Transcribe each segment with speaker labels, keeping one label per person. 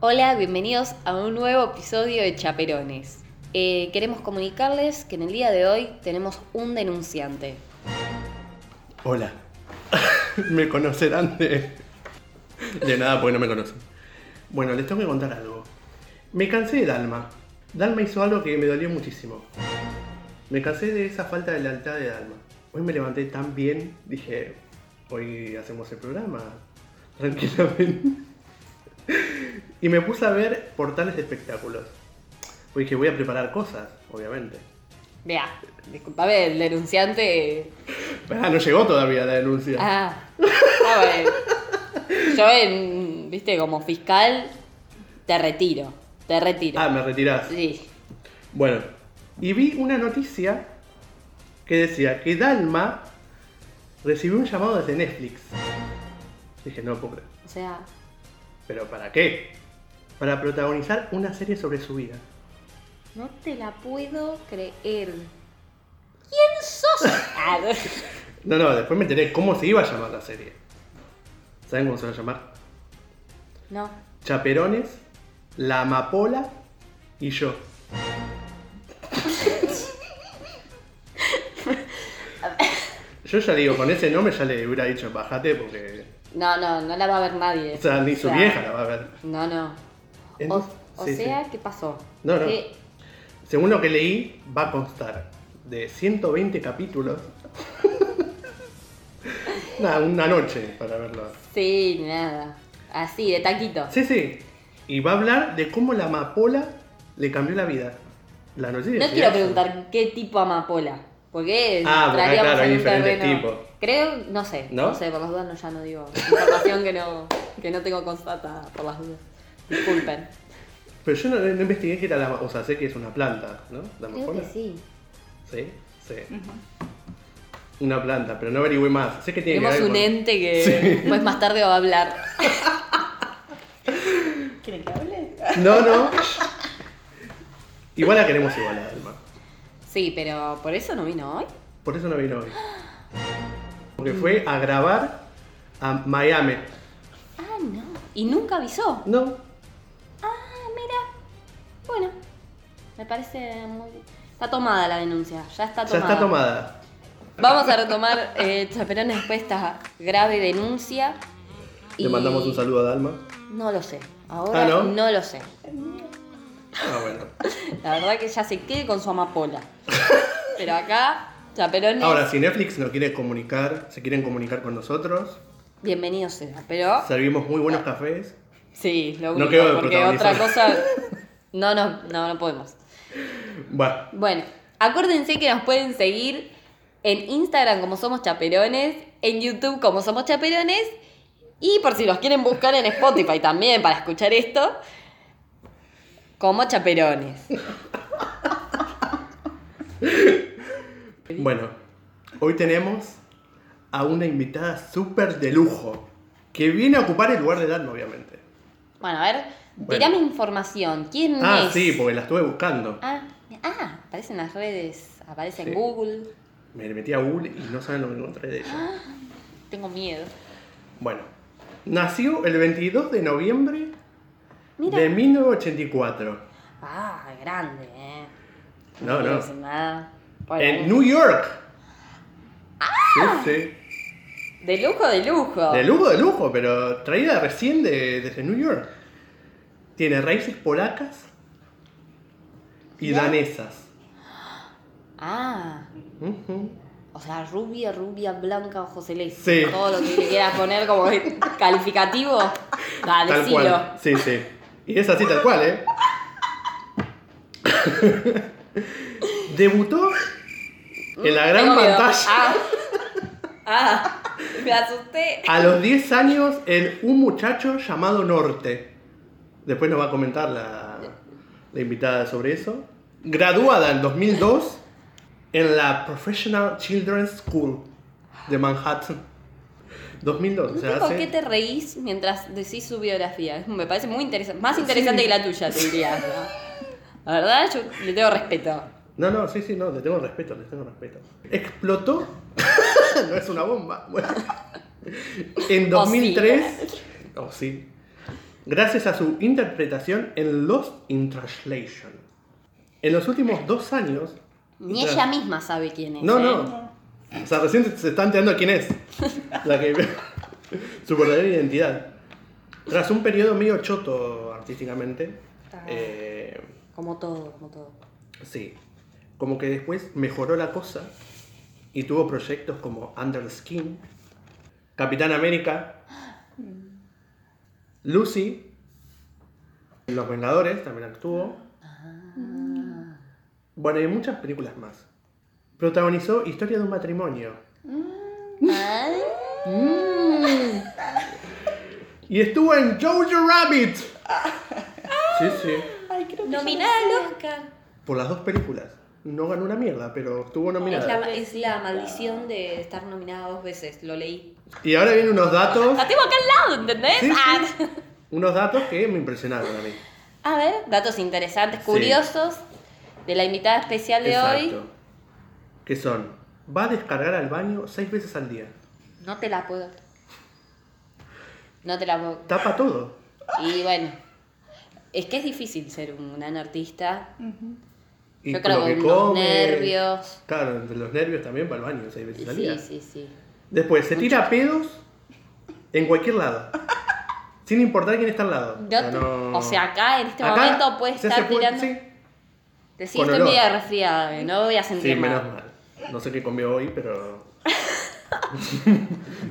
Speaker 1: Hola, bienvenidos a un nuevo episodio de Chaperones. Eh, queremos comunicarles que en el día de hoy tenemos un denunciante.
Speaker 2: Hola. me conocerán de. De nada, porque no me conocen. Bueno, les tengo que contar algo. Me cansé de Dalma. Dalma hizo algo que me dolió muchísimo. Me cansé de esa falta de lealtad de Dalma. Hoy me levanté tan bien, dije, hoy hacemos el programa. Tranquilamente. y me puse a ver portales de espectáculos. Hoy dije, voy a preparar cosas, obviamente.
Speaker 1: Vea, disculpame, el denunciante.
Speaker 2: Ah, no llegó todavía la denuncia.
Speaker 1: Ah, a ver. Yo, en, viste, como fiscal, te retiro. Te retiro.
Speaker 2: Ah, me retirás.
Speaker 1: Sí.
Speaker 2: Bueno, y vi una noticia que decía que Dalma recibió un llamado desde Netflix. Dije, no, puedo creer.
Speaker 1: O sea,
Speaker 2: ¿Pero para qué? Para protagonizar una serie sobre su vida.
Speaker 1: no te la puedo creer. ¿Quién sos? Ah, no.
Speaker 2: No, no, después me enteré cómo se iba a llamar la serie. ¿Saben cómo se va a llamar?
Speaker 1: no.
Speaker 2: Chaperones, La Amapola y yo. Yo ya digo, con ese nombre ya le hubiera dicho, bájate porque...
Speaker 1: No, no, no la va a ver nadie.
Speaker 2: O sea, ni su
Speaker 1: O sea,
Speaker 2: vieja la va a ver.
Speaker 1: No, no. O,
Speaker 2: Entonces,
Speaker 1: o
Speaker 2: sí, sí.
Speaker 1: sea, ¿qué pasó?
Speaker 2: No, no.
Speaker 1: Que-
Speaker 2: Según lo que leí, va a constar de 120 capítulos. Nada, una noche para verlo.
Speaker 1: sí, nada. Así, de taquito.
Speaker 2: Sí, sí. Y va a hablar de cómo la amapola le cambió la vida. La noche
Speaker 1: no quiero preguntar qué tipo amapola. Porque
Speaker 2: Ah, porque,
Speaker 1: entraríamos
Speaker 2: claro, hay
Speaker 1: en un
Speaker 2: diferentes
Speaker 1: terreno-
Speaker 2: tipos.
Speaker 1: Creo, no sé,
Speaker 2: ¿No?
Speaker 1: no, sé, por las dudas no, ya no digo información que no, que no tengo constatada, por las dudas. Disculpen.
Speaker 2: Pero yo no, no investigué que era la ama- O sea, sé que es una planta, ¿no? La
Speaker 1: Creo
Speaker 2: amapola.
Speaker 1: que sí.
Speaker 2: Sí, sí. Una planta, pero no averigüé más. Sé que tiene
Speaker 1: Tenemos
Speaker 2: que ver
Speaker 1: un
Speaker 2: con-
Speaker 1: ente que pues más tarde va a hablar.
Speaker 3: ¿Quieren que hable?
Speaker 2: No, no. igual la queremos igual, la alma.
Speaker 1: Sí, pero por eso no vino hoy.
Speaker 2: Por eso no vino hoy. Porque fue a grabar a Miami.
Speaker 1: Ah, no. Y nunca avisó.
Speaker 2: No,
Speaker 1: Ah, mira. Bueno, me parece muy... Está tomada la denuncia, ya está
Speaker 2: ya
Speaker 1: tomada.
Speaker 2: está tomada.
Speaker 1: Vamos a retomar eh, Chaperón después de esta grave denuncia.
Speaker 2: Le mandamos un saludo a Dalma.
Speaker 1: No lo sé, ahora
Speaker 2: Ah, ¿no?
Speaker 1: ¿no? lo sé.
Speaker 2: Ah, bueno.
Speaker 1: La verdad que ya se quede con su amapola. Pero acá, Chaperón,
Speaker 2: Ahora, si Netflix nos quiere comunicar, se quieren comunicar con nosotros,
Speaker 1: bienvenido sea. Pero
Speaker 2: servimos muy buenos cafés.
Speaker 1: sí, lo
Speaker 2: No
Speaker 1: único,
Speaker 2: quedó de
Speaker 1: porque otra
Speaker 2: protagonista.
Speaker 1: cosa... No, no, no, no podemos.
Speaker 2: Bueno,
Speaker 1: Bueno, acuérdense que nos pueden seguir en Instagram como Somos Chaperones, en YouTube como Somos Chaperones y por si los quieren buscar en Spotify también para escuchar esto, como Chaperones.
Speaker 2: bueno. Hoy tenemos a una invitada súper de lujo, que viene a ocupar el lugar de Dalma, obviamente.
Speaker 1: Bueno, a ver,
Speaker 2: Bueno.
Speaker 1: tirame información. ¿Quién
Speaker 2: Ah,
Speaker 1: es?
Speaker 2: sí, porque la estuve buscando.
Speaker 1: Ah, ah, aparece en las redes, aparece
Speaker 2: Sí.
Speaker 1: en Google.
Speaker 2: Me metí a Google y no saben lo que encontré de ella.
Speaker 1: Tengo miedo.
Speaker 2: Bueno, nació el 22 de noviembre
Speaker 1: Mira.
Speaker 2: de 1984.
Speaker 1: Ah, grande, eh.
Speaker 2: No,
Speaker 1: quiero
Speaker 2: no.
Speaker 1: decir nada. Bueno, ¡Ah!
Speaker 2: En New York. Sí, sí.
Speaker 1: De lujo, de lujo.
Speaker 2: De lujo, de lujo, pero traída recién de, desde New York. Tiene raíces polacas y
Speaker 1: Mirá.
Speaker 2: danesas.
Speaker 1: Ah.
Speaker 2: Ujú.
Speaker 1: O sea, rubia, rubia, blanca, ojos celeste.
Speaker 2: Sí.
Speaker 1: Todo lo que le quieras poner como calificativo. Da,
Speaker 2: Tal
Speaker 1: decilo.
Speaker 2: cual. Sí, sí. Y es así tal cual, ¿eh? Debutó en la gran
Speaker 1: Tengo miedo.
Speaker 2: pantalla
Speaker 1: Ah. Ah. Me asusté.
Speaker 2: a los 10 años en Un muchacho llamado Norte. Después nos va a comentar la, la invitada sobre eso. Graduada en 2002 en la Professional Children's School de Manhattan. 2002, o
Speaker 1: No
Speaker 2: sea,
Speaker 1: sé por
Speaker 2: hace-
Speaker 1: qué te reís mientras decís su biografía. Me parece muy interesante. Más interesante que la tuya, te diría. ¿no? La verdad, yo le tengo respeto.
Speaker 2: No, no, sí, sí, no, le tengo respeto, le tengo respeto. Explotó. no es una bomba. Bueno. En
Speaker 1: O sí.
Speaker 2: 2003. O sí. gracias a su interpretación en Lost in Translation. En los últimos dos años...
Speaker 1: Ni
Speaker 2: Claro.
Speaker 1: ella misma sabe quién es.
Speaker 2: No,
Speaker 1: ¿eh?
Speaker 2: no. O sea, recién se- se está enterando quién es. La que... su verdadera identidad. Tras un periodo medio choto artísticamente,
Speaker 1: Ah.
Speaker 2: eh,
Speaker 1: Como todo, como todo.
Speaker 2: sí, como que después mejoró la cosa y tuvo proyectos como Under the Skin, Capitán América, Lucy, Los Vengadores también actuó. Bueno, y muchas películas más. Protagonizó Historia de un matrimonio,
Speaker 1: Ay,
Speaker 2: Y estuvo en Jojo Rabbit. Sí, sí.
Speaker 3: Ay, creo que
Speaker 1: Nominada
Speaker 3: ya lo
Speaker 1: al
Speaker 3: sé.
Speaker 1: Oscar.
Speaker 2: Por las dos películas. No ganó una mierda, pero estuvo
Speaker 1: Es
Speaker 2: nominada.
Speaker 1: la, es la maldición de estar nominada dos veces, lo leí.
Speaker 2: Y ahora vienen unos datos.
Speaker 1: La tengo acá al lado, ¿entendés?
Speaker 2: Sí, sí.
Speaker 1: Ah.
Speaker 2: Unos datos que me impresionaron a mí.
Speaker 1: A ver, datos interesantes,
Speaker 2: Sí.
Speaker 1: curiosos de la invitada especial de
Speaker 2: Exacto.
Speaker 1: hoy.
Speaker 2: Que son. Va a descargar al baño seis veces al día.
Speaker 1: No te la puedo. No te la puedo.
Speaker 2: Tapa todo.
Speaker 1: Y bueno, es que es difícil ser un gran artista.
Speaker 2: Y
Speaker 1: Yo
Speaker 2: con
Speaker 1: creo
Speaker 2: lo
Speaker 1: que
Speaker 2: que
Speaker 1: unos
Speaker 2: come.
Speaker 1: nervios.
Speaker 2: Claro, entre los nervios también va al baño seis veces al día.
Speaker 1: Sí, sí, sí.
Speaker 2: Después, se tira pedos en cualquier lado. Sin importar quién está al lado.
Speaker 1: No te- O sea, acá en este
Speaker 2: Acá
Speaker 1: momento puedes
Speaker 2: se- se
Speaker 1: estar
Speaker 2: puede-
Speaker 1: tirando.
Speaker 2: sí.
Speaker 1: Decís,
Speaker 2: con
Speaker 1: estoy
Speaker 2: olor".
Speaker 1: medio resfriada, eh, no voy a sentir
Speaker 2: Sí, menos
Speaker 1: nada.
Speaker 2: mal. No sé qué comió hoy, pero.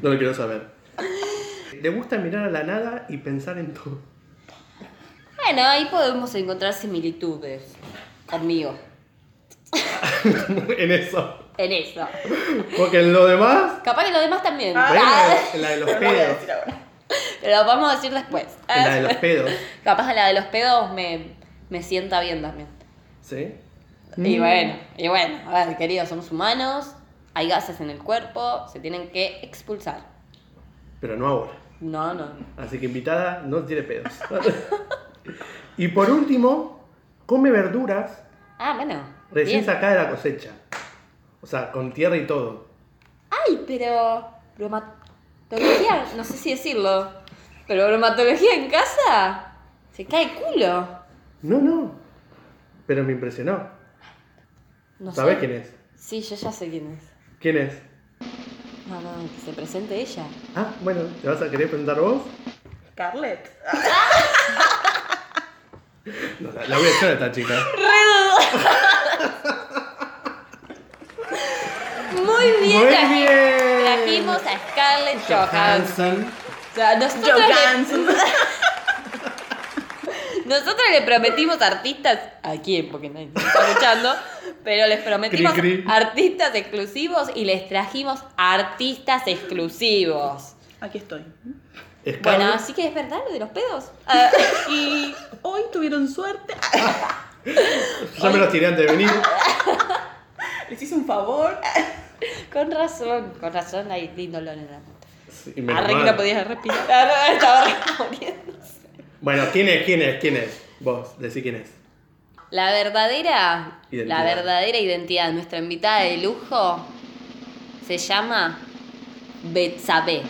Speaker 2: no lo quiero saber. Le gusta mirar a la nada y pensar en todo.
Speaker 1: Bueno, ahí podemos encontrar similitudes conmigo.
Speaker 2: en eso.
Speaker 1: En eso.
Speaker 2: Porque en lo demás.
Speaker 1: Capaz que los demás también.
Speaker 2: ¿ven?
Speaker 1: Ah,
Speaker 2: En la de los
Speaker 3: Pero no voy a
Speaker 2: pedos.
Speaker 3: decir ahora.
Speaker 1: Pero lo vamos a decir después.
Speaker 2: En la de los pedos.
Speaker 1: Capaz la de los pedos me, me sienta bien también.
Speaker 2: ¿Sí?
Speaker 1: Y
Speaker 2: Mm.
Speaker 1: bueno, y bueno, a ver, queridos, somos humanos, hay gases en el cuerpo, se tienen que expulsar.
Speaker 2: Pero no ahora.
Speaker 1: No, no. no.
Speaker 2: Así que invitada no tiene pedos. y por último, come verduras
Speaker 1: Ah, bueno.
Speaker 2: recién
Speaker 1: bien.
Speaker 2: sacada de la cosecha. O sea, con tierra y todo.
Speaker 1: Ay, pero. Bromatología, no sé si decirlo. Pero bromatología en casa, se cae el culo.
Speaker 2: No, no. Pero me impresionó.
Speaker 1: No
Speaker 2: ¿Sabes
Speaker 1: sé.
Speaker 2: quién es?
Speaker 1: Sí, yo ya sé quién es.
Speaker 2: ¿Quién es?
Speaker 1: No, no, que se presente ella.
Speaker 2: Ah, bueno, ¿te vas a querer preguntar vos?
Speaker 3: Scarlett.
Speaker 2: No, la, la voy a echar a esta chica.
Speaker 1: Muy bien,
Speaker 2: Muy
Speaker 1: traji-
Speaker 2: bien.
Speaker 1: trajimos a Scarlett Johansson. O sea, nosotros le-
Speaker 3: Johansson.
Speaker 1: Nosotros le prometimos artistas. ¿A quién? Porque nadie nos está escuchando. Pero les prometimos
Speaker 2: Cri, cri.
Speaker 1: artistas exclusivos y les trajimos artistas exclusivos.
Speaker 3: Aquí estoy.
Speaker 2: Scarlett.
Speaker 1: Bueno, así que es verdad lo de los pedos. Ah,
Speaker 3: Y hoy tuvieron suerte.
Speaker 2: ya me los tiré antes de venir.
Speaker 3: Ah, Les hice un favor.
Speaker 1: con razón, con razón hay lindo olor en la puta.
Speaker 2: Y menos
Speaker 1: Arre que
Speaker 2: mal.
Speaker 1: no podías respirar. Estaba muriendo.
Speaker 2: Bueno, ¿quién es? ¿Quién es? ¿Quién es? Vos, decí quién es.
Speaker 1: La verdadera,
Speaker 2: Identidad.
Speaker 1: la verdadera identidad de nuestra invitada de lujo se llama Betsabe.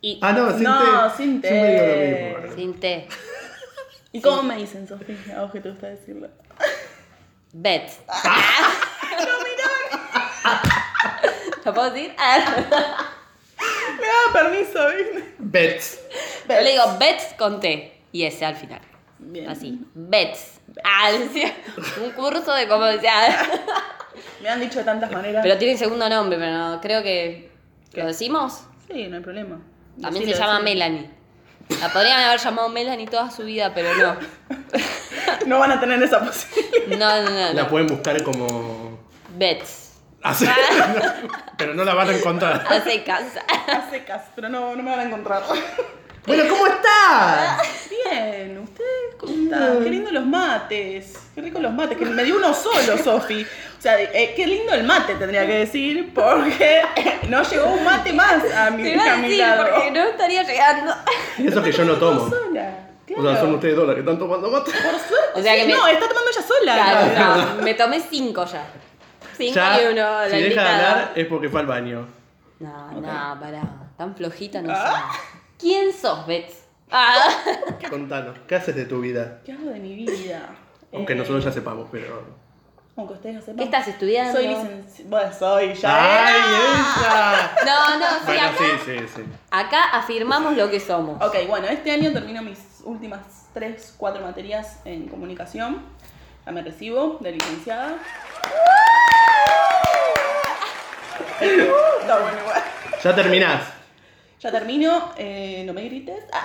Speaker 1: Y
Speaker 2: Ah, no, sin
Speaker 3: No,
Speaker 2: té.
Speaker 3: sin té.
Speaker 2: Siempre digo lo mismo.
Speaker 1: sin té.
Speaker 3: ¿Y cómo me dicen, Sofía? ¿A vos que te gusta decirlo?
Speaker 1: Bet. ¿Lo puedo decir? Ah.
Speaker 3: Me daba permiso, ¿viste?
Speaker 2: Bets.
Speaker 1: Yo le digo Bets con T y S al final.
Speaker 3: Bien.
Speaker 1: Así. Bets. Ah, decía, un curso de cómo decía.
Speaker 3: Me han dicho de tantas maneras.
Speaker 1: Pero tiene segundo nombre, pero no, creo que. ¿Lo decimos?
Speaker 3: Sí, no hay problema.
Speaker 1: También
Speaker 3: Decilo,
Speaker 1: se llama
Speaker 3: decilo.
Speaker 1: Melanie. La podrían haber llamado Melanie toda su vida, pero no.
Speaker 3: No van a tener esa posibilidad.
Speaker 1: No, no, no.
Speaker 2: La
Speaker 1: Ah, no. Ah.
Speaker 2: pueden buscar como.
Speaker 1: Bets.
Speaker 2: Así. Pero no la van a encontrar.
Speaker 1: Hace casa.
Speaker 3: A secas, pero no, no me van a encontrar.
Speaker 2: Bueno, ¿cómo
Speaker 1: Ah.
Speaker 2: estás?
Speaker 3: Bien, ¿ustedes cómo están? Qué lindo los mates. Qué rico los mates. Que me dio uno solo, Sofi. O sea, eh, qué lindo el mate, tendría que decir, porque eh, no llegó un mate más a mi,
Speaker 1: Te iba
Speaker 3: a
Speaker 1: a
Speaker 3: mi
Speaker 1: decir
Speaker 3: lado.
Speaker 1: porque no estaría llegando.
Speaker 2: Y eso que yo no tomo.
Speaker 3: sola.
Speaker 2: O sea, son
Speaker 3: Claro.
Speaker 2: ustedes dos las que están tomando mate.
Speaker 3: Por suerte.
Speaker 1: O sea que
Speaker 3: sí,
Speaker 1: me-
Speaker 3: No, está tomando ella sola.
Speaker 1: Claro, no, me tomé cinco ya. Cinco
Speaker 2: Ya,
Speaker 1: y uno, la
Speaker 2: si deja de
Speaker 1: invitada.
Speaker 2: hablar es porque fue al baño.
Speaker 3: Ah.
Speaker 1: No, no, pará. Tan flojita no soy. ¿Quién sos, Bets? Ah,
Speaker 2: Contanos, ¿qué haces de tu vida?
Speaker 3: ¿Qué hago de mi vida?
Speaker 2: Aunque
Speaker 3: Eh,
Speaker 2: nosotros ya sepamos, pero.
Speaker 3: Aunque ustedes no sepan.
Speaker 1: ¿Qué estás estudiando?
Speaker 3: Soy licenciada. Bueno, soy ya.
Speaker 2: ¡Ay,
Speaker 3: era.
Speaker 2: ella!
Speaker 1: No, no, sí,
Speaker 2: Bueno,
Speaker 1: acá,
Speaker 2: sí, sí, sí.
Speaker 1: acá afirmamos lo que somos.
Speaker 3: Ok, bueno, este año termino mis últimas 3, 4 materias en comunicación. Ya me recibo de licenciada. Está bueno, igual.
Speaker 2: Ya terminás.
Speaker 3: Ya termino, eh, no me grites. Ah,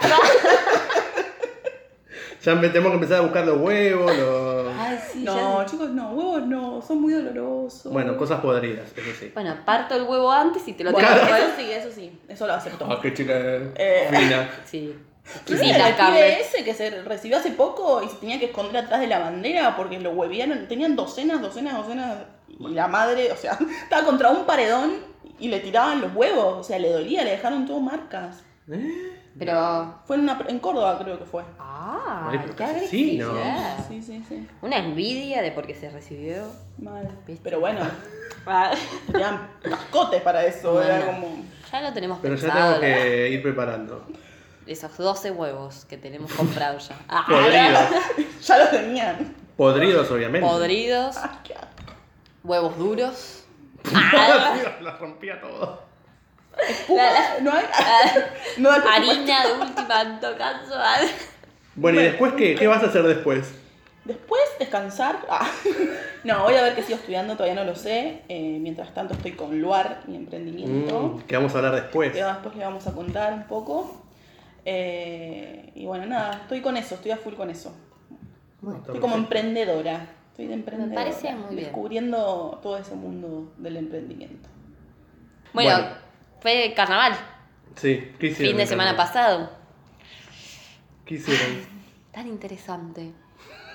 Speaker 2: Ya me- tenemos que empezar a buscar los huevos, los.
Speaker 1: Ay, sí,
Speaker 3: no,
Speaker 1: ya-
Speaker 3: chicos, no, huevos no, son muy dolorosos.
Speaker 2: Bueno, cosas podridas, eso sí.
Speaker 1: Bueno, parto el huevo antes y te lo
Speaker 3: Bueno,
Speaker 1: traigo.
Speaker 3: eso sí, eso sí, eso lo acepto.
Speaker 2: Ah, qué chica
Speaker 3: Eh.
Speaker 2: fina.
Speaker 1: Sí.
Speaker 3: ¿Viste
Speaker 1: Exquisita,
Speaker 3: el
Speaker 1: Carmen.
Speaker 3: pibe ese que se recibió hace poco y se tenía que esconder atrás de la bandera porque lo hueviaron? Tenían docenas, docenas, docenas. Y la madre, o sea, estaba contra un paredón y le tiraban los huevos. O sea, le dolía, le dejaron todo marcas.
Speaker 1: Pero.
Speaker 3: Fue en, una- en Córdoba, creo que fue.
Speaker 1: Ah,
Speaker 2: Ay, pero
Speaker 1: qué
Speaker 2: qué
Speaker 1: agresividad.
Speaker 2: asesino.
Speaker 3: Sí, sí, sí.
Speaker 1: Una envidia de por qué se recibió.
Speaker 3: Mal.
Speaker 1: ¿Viste?
Speaker 3: Pero bueno,
Speaker 1: Ah,
Speaker 3: tenían mascotes para eso. Era
Speaker 1: Bueno.
Speaker 3: como.
Speaker 1: Ya lo tenemos
Speaker 2: Pero ya
Speaker 1: pensado.
Speaker 2: tengo que ir preparando.
Speaker 1: ¿no? Esos 12 huevos que tenemos comprados ya. Ah,
Speaker 2: Podridos.
Speaker 3: ya lo tenían.
Speaker 2: Podridos, obviamente.
Speaker 1: podridos,
Speaker 3: Ah, qué asco.
Speaker 1: huevos duros. Ah,
Speaker 2: Dios, la rompía todo.
Speaker 1: La- la- ah,
Speaker 3: No hay. No hay-
Speaker 1: harina de última en todo caso. ah.
Speaker 2: Bueno, ¿y después qué? ¿Qué vas a hacer después?
Speaker 3: Después descansar. Ah. No, voy a ver que sigo estudiando, todavía no lo sé. Eh, mientras tanto estoy con Luar, mi emprendimiento.
Speaker 2: Mm, ¿Qué vamos a hablar después?
Speaker 3: Que después le vamos a contar un poco. Eh, y bueno, nada, estoy con eso, estoy a full con eso. Estoy como emprendedora. Estoy de emprendedora.
Speaker 1: parece muy bien.
Speaker 3: Descubriendo todo ese mundo del emprendimiento.
Speaker 1: Bueno,
Speaker 2: Bueno.
Speaker 1: fue carnaval,
Speaker 2: Sí, ¿qué hicieron?
Speaker 1: fin de semana pasado.
Speaker 2: ¿Qué hicieron?
Speaker 1: Tan interesante.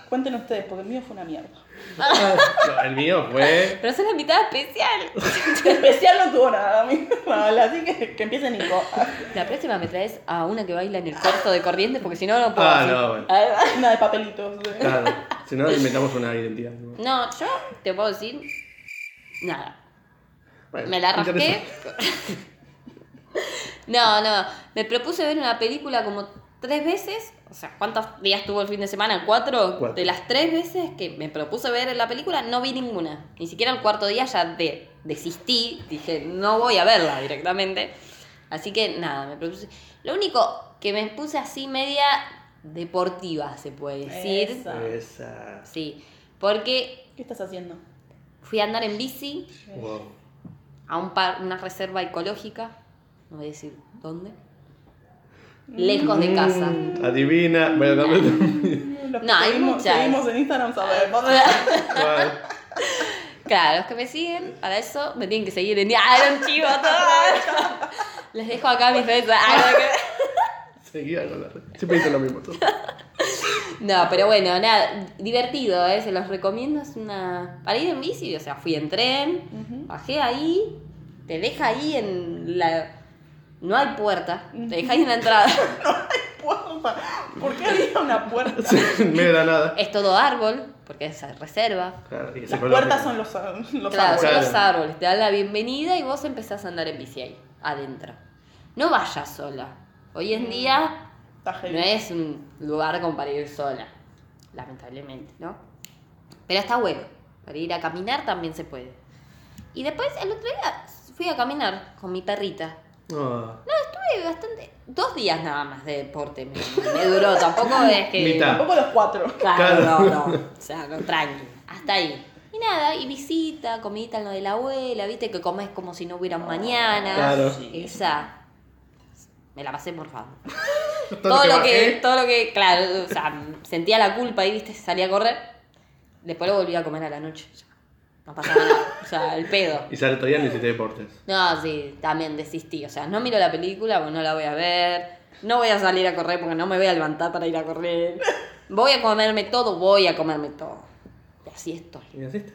Speaker 3: Cuenten ustedes, porque el mío fue una mierda.
Speaker 2: Ah, el mío fue.
Speaker 1: Pero esa es la mitad especial.
Speaker 3: Especial no tuvo nada, mi mala, así que que empiece Nico.
Speaker 1: La próxima me traes a una que baila en el corto de corrientes porque si no, no puedo.
Speaker 2: Ah,
Speaker 1: decir.
Speaker 2: no, bueno.
Speaker 3: Nada de papelitos.
Speaker 2: Claro. Si no, inventamos una identidad. ¿no?
Speaker 1: No, yo te puedo decir nada.
Speaker 2: Bueno,
Speaker 1: Me la rasqué.
Speaker 2: interesante.
Speaker 1: no, no. Me propuse ver una película como tres veces. O sea, ¿cuántos días tuvo el fin de semana? ¿Cuatro?
Speaker 2: Cuatro.
Speaker 1: De las tres veces que me propuse ver la película, no vi ninguna. Ni siquiera el cuarto día ya de, desistí. Dije, no voy a verla directamente. Así que nada, me propuse. Lo único que me puse así media deportiva, se puede decir.
Speaker 3: Esa.
Speaker 2: Esa.
Speaker 1: Sí. Porque
Speaker 3: ¿Qué estás haciendo?
Speaker 1: fui a andar en bici
Speaker 2: Wow.
Speaker 1: a un par- una reserva ecológica, no voy a decir dónde, lejos de casa.
Speaker 2: Mm, Adivina. Bueno, dame-
Speaker 3: Los que
Speaker 1: No, hay
Speaker 3: seguimos,
Speaker 1: muchas.
Speaker 3: seguimos en Instagram sabemos.
Speaker 2: Wow.
Speaker 1: Claro, los que me siguen, para eso me tienen que seguir en... ¡Ah, era un chivo todo! Les dejo acá mis redes. Ah,
Speaker 2: Seguía con la Siempre hice lo mismo.
Speaker 1: No, pero bueno, nada, divertido, ¿eh? se los recomiendo. Es una... Para ir en bici, o sea, fui en tren,
Speaker 3: Ujú.
Speaker 1: bajé ahí, te deja ahí en la... No hay puerta, te deja ahí en la entrada.
Speaker 3: Porfa, ¿Por qué había una puerta?
Speaker 2: Sí, en medio de la nada.
Speaker 1: Es todo árbol, porque es reserva.
Speaker 2: Claro, y ese
Speaker 3: Las
Speaker 2: color
Speaker 3: puertas
Speaker 2: que-
Speaker 3: son los, ah, los
Speaker 1: Claro, son
Speaker 3: árboles.
Speaker 2: Claro.
Speaker 1: los árboles, te dan la bienvenida y vos empezás a andar en bici ahí, adentro. No vayas sola. Hoy en día
Speaker 3: Está heavy.
Speaker 1: no es un lugar como para ir sola, lamentablemente, ¿no? Pero está bueno, para ir a caminar también se puede. Y después el otro día fui a caminar con mi perrita.
Speaker 2: Ah,
Speaker 1: Estuve bastante, dos días nada más de deporte, me, me duró, tampoco es que...
Speaker 2: Mitad.
Speaker 3: Tampoco los cuatro.
Speaker 1: Claro,
Speaker 2: Claro.
Speaker 1: no, no. O sea, no, tranqui. Hasta ahí. Y nada, y visita, comidita en lo de la abuela, viste que comes como si no hubiera un mañana.
Speaker 2: Claro.
Speaker 1: Esa. Me la pasé morfando.
Speaker 2: todo,
Speaker 1: Todo lo que, ¿eh?
Speaker 2: bajé,
Speaker 1: todo lo que, claro, o sea, sentía la culpa ahí, viste, salí a correr. Después lo volví a comer a la noche. No pasaba nada. O sea, el pedo.
Speaker 2: Y sale todavía no hiciste deportes.
Speaker 1: No, sí, también desistí. O sea, no miro la película porque no la voy a ver. No voy a salir a correr porque no me voy a levantar para ir a correr. Voy a comerme todo, voy a comerme todo. Y así estoy.
Speaker 2: Y así estás.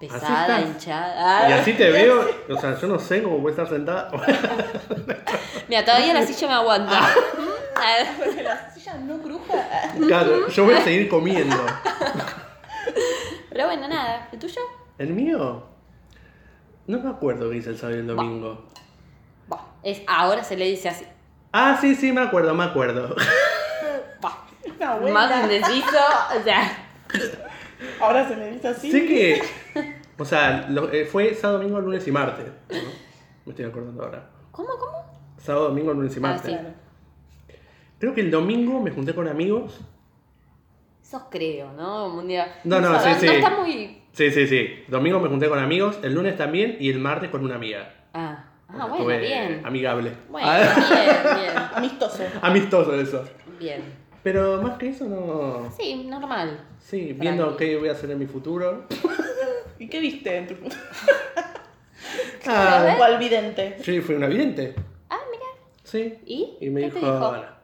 Speaker 1: Pesada,
Speaker 2: estás.
Speaker 1: hinchada.
Speaker 2: Y así te veo. O sea, yo no sé cómo voy a estar sentada.
Speaker 1: Ah, Mira, todavía la silla me aguanta.
Speaker 2: Ah.
Speaker 3: Porque la silla no cruja.
Speaker 2: Claro, yo voy a seguir comiendo.
Speaker 1: Ah, Pero bueno, nada. ¿El tuyo?
Speaker 2: ¿El mío? No me acuerdo qué hice el sábado y el domingo.
Speaker 1: Bueno, es, ahora se le dice así.
Speaker 2: Ah, sí, sí, me acuerdo, me acuerdo.
Speaker 3: Una abuela.
Speaker 1: Más indeciso, o sea,
Speaker 3: Ahora se me dice así.
Speaker 2: Sé que. O sea, lo- eh, fue sábado, domingo, lunes y martes. ¿no? Me estoy acordando ahora.
Speaker 1: ¿cómo, cómo?
Speaker 2: Sábado, domingo, lunes y
Speaker 1: Ah,
Speaker 2: martes.
Speaker 1: sí.
Speaker 2: Creo que el domingo me junté con amigos.
Speaker 1: Eso creo, ¿no? Un día.
Speaker 2: No, no, sí, sí.
Speaker 1: No está muy.
Speaker 2: Sí, sí, sí. Domingo me junté con amigos, el lunes también y el martes con una amiga.
Speaker 1: Ah,
Speaker 2: O sea,
Speaker 1: ah bueno,
Speaker 2: estuve eh,
Speaker 1: bien.
Speaker 2: Amigable.
Speaker 1: Bueno,
Speaker 2: Ah,
Speaker 1: bien,
Speaker 3: Amistoso.
Speaker 2: Amistoso eso.
Speaker 1: bien, bien.
Speaker 2: Pero más que eso, no.
Speaker 1: Sí, normal.
Speaker 2: Sí, viendo
Speaker 1: Tranqui.
Speaker 2: qué voy a hacer en mi futuro.
Speaker 3: ¿Y qué viste en tu
Speaker 1: A ver.
Speaker 3: ¿Cuál vidente?
Speaker 2: sí, fui una vidente.
Speaker 1: Ah, mira.
Speaker 2: Sí.
Speaker 1: ¿Y?
Speaker 2: Y me
Speaker 1: ¿Qué
Speaker 2: dijo,
Speaker 1: te dijo?
Speaker 2: "Ana".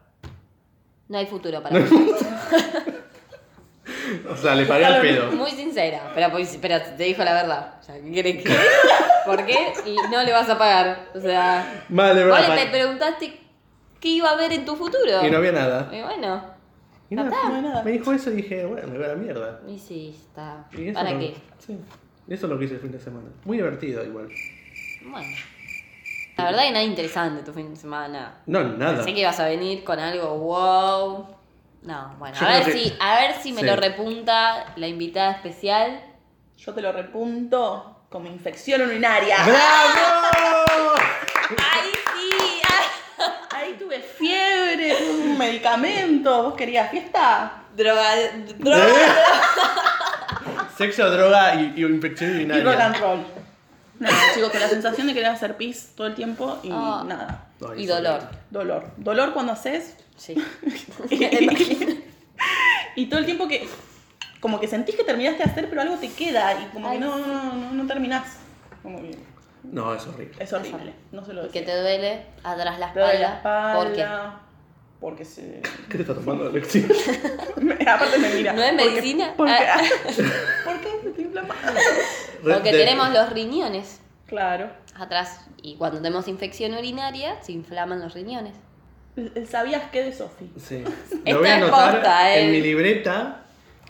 Speaker 1: No hay futuro para mí.
Speaker 2: O sea, le pagué al pedo.
Speaker 1: Muy sincera. Pero, pues, pero te dijo la verdad. O sea, ¿qué querés que.? ¿Por qué? Y no le vas a pagar. O sea.
Speaker 2: Mal, de
Speaker 1: Vos
Speaker 2: verdad.
Speaker 1: le te preguntaste qué iba a haber en tu futuro.
Speaker 2: Y no había nada.
Speaker 1: Y bueno.
Speaker 2: Y nada,
Speaker 1: Papá.
Speaker 2: no había nada. Me dijo eso y dije, bueno, me voy a la mierda.
Speaker 1: Y sí, está.
Speaker 2: Y eso
Speaker 1: ¿Para
Speaker 2: lo-
Speaker 1: qué?
Speaker 2: Sí. Eso es lo que hice el fin de semana. Muy divertido igual.
Speaker 1: Bueno. La verdad que nada interesante tu fin de semana.
Speaker 2: No, nada.
Speaker 1: Pensé que ibas a venir con algo wow. No, bueno,
Speaker 2: Yo
Speaker 1: a ver,
Speaker 2: creo que-
Speaker 1: si, a ver si me
Speaker 2: Sí.
Speaker 1: lo repunta la invitada especial.
Speaker 3: Yo te lo repunto como infección urinaria.
Speaker 2: ¡Bravo!
Speaker 1: ¡Ay, sí! ¡Ay!
Speaker 3: Ahí tuve fiebre, un medicamento. ¿Vos querías fiesta?
Speaker 1: Droga, droga.
Speaker 2: ¿Eh? Sexo, droga y, y infección
Speaker 3: Y rock
Speaker 2: urinaria.
Speaker 3: and roll. Nada, chicos, que la sensación de querer hacer pis todo el tiempo y
Speaker 1: Ah.
Speaker 3: nada.
Speaker 1: Y
Speaker 2: Ay, sí.
Speaker 1: dolor.
Speaker 3: Dolor. Dolor cuando haces.
Speaker 1: Sí.
Speaker 3: y todo el tiempo que. Como que sentís que terminaste de hacer, pero algo te queda y como
Speaker 1: Ay,
Speaker 3: que no, no, no, no terminás. Como que
Speaker 2: No, es horrible.
Speaker 3: es horrible. No se lo
Speaker 1: Que
Speaker 3: deseo.
Speaker 1: te duele atrás la espalda.
Speaker 3: Te duele la
Speaker 1: ¿Por qué?
Speaker 3: espalda. Porque se.
Speaker 2: ¿Qué te está tomando, Alexi?
Speaker 3: Aparte me mira.
Speaker 1: ¿No es
Speaker 3: porque-
Speaker 1: medicina?
Speaker 3: Porque,
Speaker 1: Ah.
Speaker 3: ¿Por qué se te inflama?
Speaker 1: Porque
Speaker 2: De-
Speaker 1: tenemos los riñones
Speaker 3: Claro.
Speaker 1: atrás. Y cuando tenemos infección urinaria, se inflaman los riñones.
Speaker 3: El- el ¿Sabías qué de Sofi?
Speaker 2: Sí.
Speaker 1: Esta
Speaker 2: Lo voy a
Speaker 1: es
Speaker 2: anotar
Speaker 1: posta, eh.
Speaker 2: en mi libreta.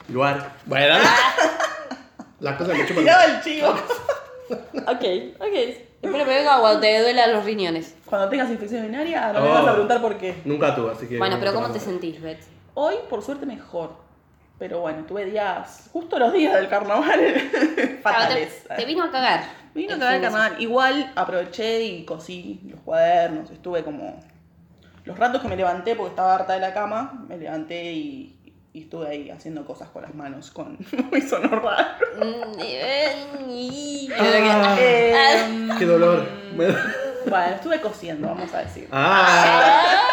Speaker 2: Lugar. Bueno.
Speaker 1: Ah.
Speaker 2: Las cosas me chupan.
Speaker 3: Tiraba el chivo.
Speaker 1: Ok, ok. Espero que venga cuando te duelan los riñones.
Speaker 3: Cuando tengas infección urinaria, no me
Speaker 2: Oh.
Speaker 3: vas a preguntar por qué.
Speaker 2: Nunca tuve, así que.
Speaker 1: Bueno,
Speaker 2: no
Speaker 1: pero
Speaker 2: me
Speaker 1: ¿cómo
Speaker 2: toca
Speaker 1: te
Speaker 2: nada.
Speaker 1: sentís, Bet?
Speaker 3: Hoy, por suerte, mejor. Pero bueno, tuve días, justo los días del carnaval, fatales.
Speaker 1: Te, te vino a cagar.
Speaker 3: Vino a
Speaker 1: El
Speaker 3: cagar el
Speaker 1: fin de
Speaker 3: carnaval. Igual aproveché y cosí los cuadernos. Estuve como. Los ratos que me levanté porque estaba harta de la cama, me levanté y, y estuve ahí haciendo cosas con las manos. Con... Me sonó raro.
Speaker 1: Mm, eh, y-
Speaker 2: Ah,
Speaker 3: Eh,
Speaker 2: Qué dolor.
Speaker 1: Mm.
Speaker 3: Bueno, estuve cosiendo, vamos a decir.
Speaker 2: Ah.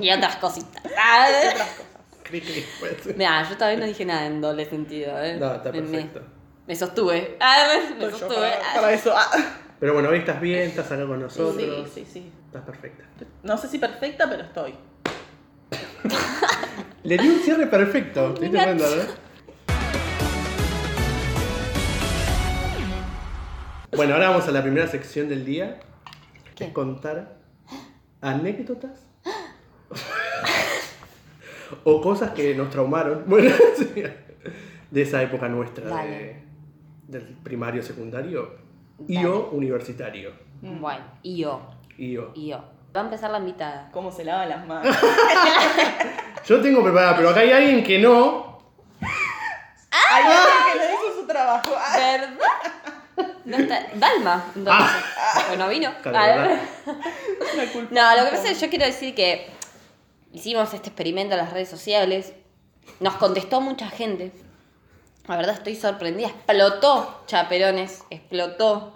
Speaker 1: Y otras cositas. Ah.
Speaker 3: Otras cosas.
Speaker 2: Cri, cri, puede ser.
Speaker 1: Nah, yo todavía no dije nada en doble sentido, ¿eh?
Speaker 2: No, está
Speaker 1: Me- me-
Speaker 2: perfecto.
Speaker 1: Me, sostuve. Ah, me- me
Speaker 3: Estoy yo
Speaker 1: sostuve.
Speaker 3: para,
Speaker 1: Ah.
Speaker 3: para eso. ah.
Speaker 2: Pero bueno, hoy estás bien, estás acá con
Speaker 3: Sí,
Speaker 2: nosotros.
Speaker 3: sí, sí.
Speaker 2: Estás perfecta.
Speaker 3: No sé si perfecta, pero estoy.
Speaker 2: Le di un cierre perfecto. Estoy
Speaker 1: Mira.
Speaker 2: tremendo, ¿eh? Bueno, ahora vamos a la primera sección del día. Que es
Speaker 1: ¿Qué?
Speaker 2: contar anécdotas. o cosas que nos traumaron. Bueno, sí, de esa época nuestra. de-
Speaker 1: Dale.
Speaker 2: del primario, secundario. Y
Speaker 1: Dale.
Speaker 2: o universitario.
Speaker 1: Bueno, y yo,
Speaker 2: Y o.
Speaker 1: y yo. Va a empezar la invitada.
Speaker 3: ¿Cómo se lavan las manos?
Speaker 2: Yo tengo preparada, pero acá hay alguien que no.
Speaker 3: Hay alguien que le hizo su trabajo. Ah.
Speaker 1: ¿Verdad? No está... Dalma, entonces. Pues no vino.
Speaker 2: Claro,
Speaker 1: Ah.
Speaker 2: ¿verdad?
Speaker 3: Me culpo.
Speaker 1: No, lo que pasa es que yo quiero decir que hicimos este experimento en las redes sociales. Nos contestó mucha gente. La verdad estoy sorprendida. Explotó Chaperones, explotó.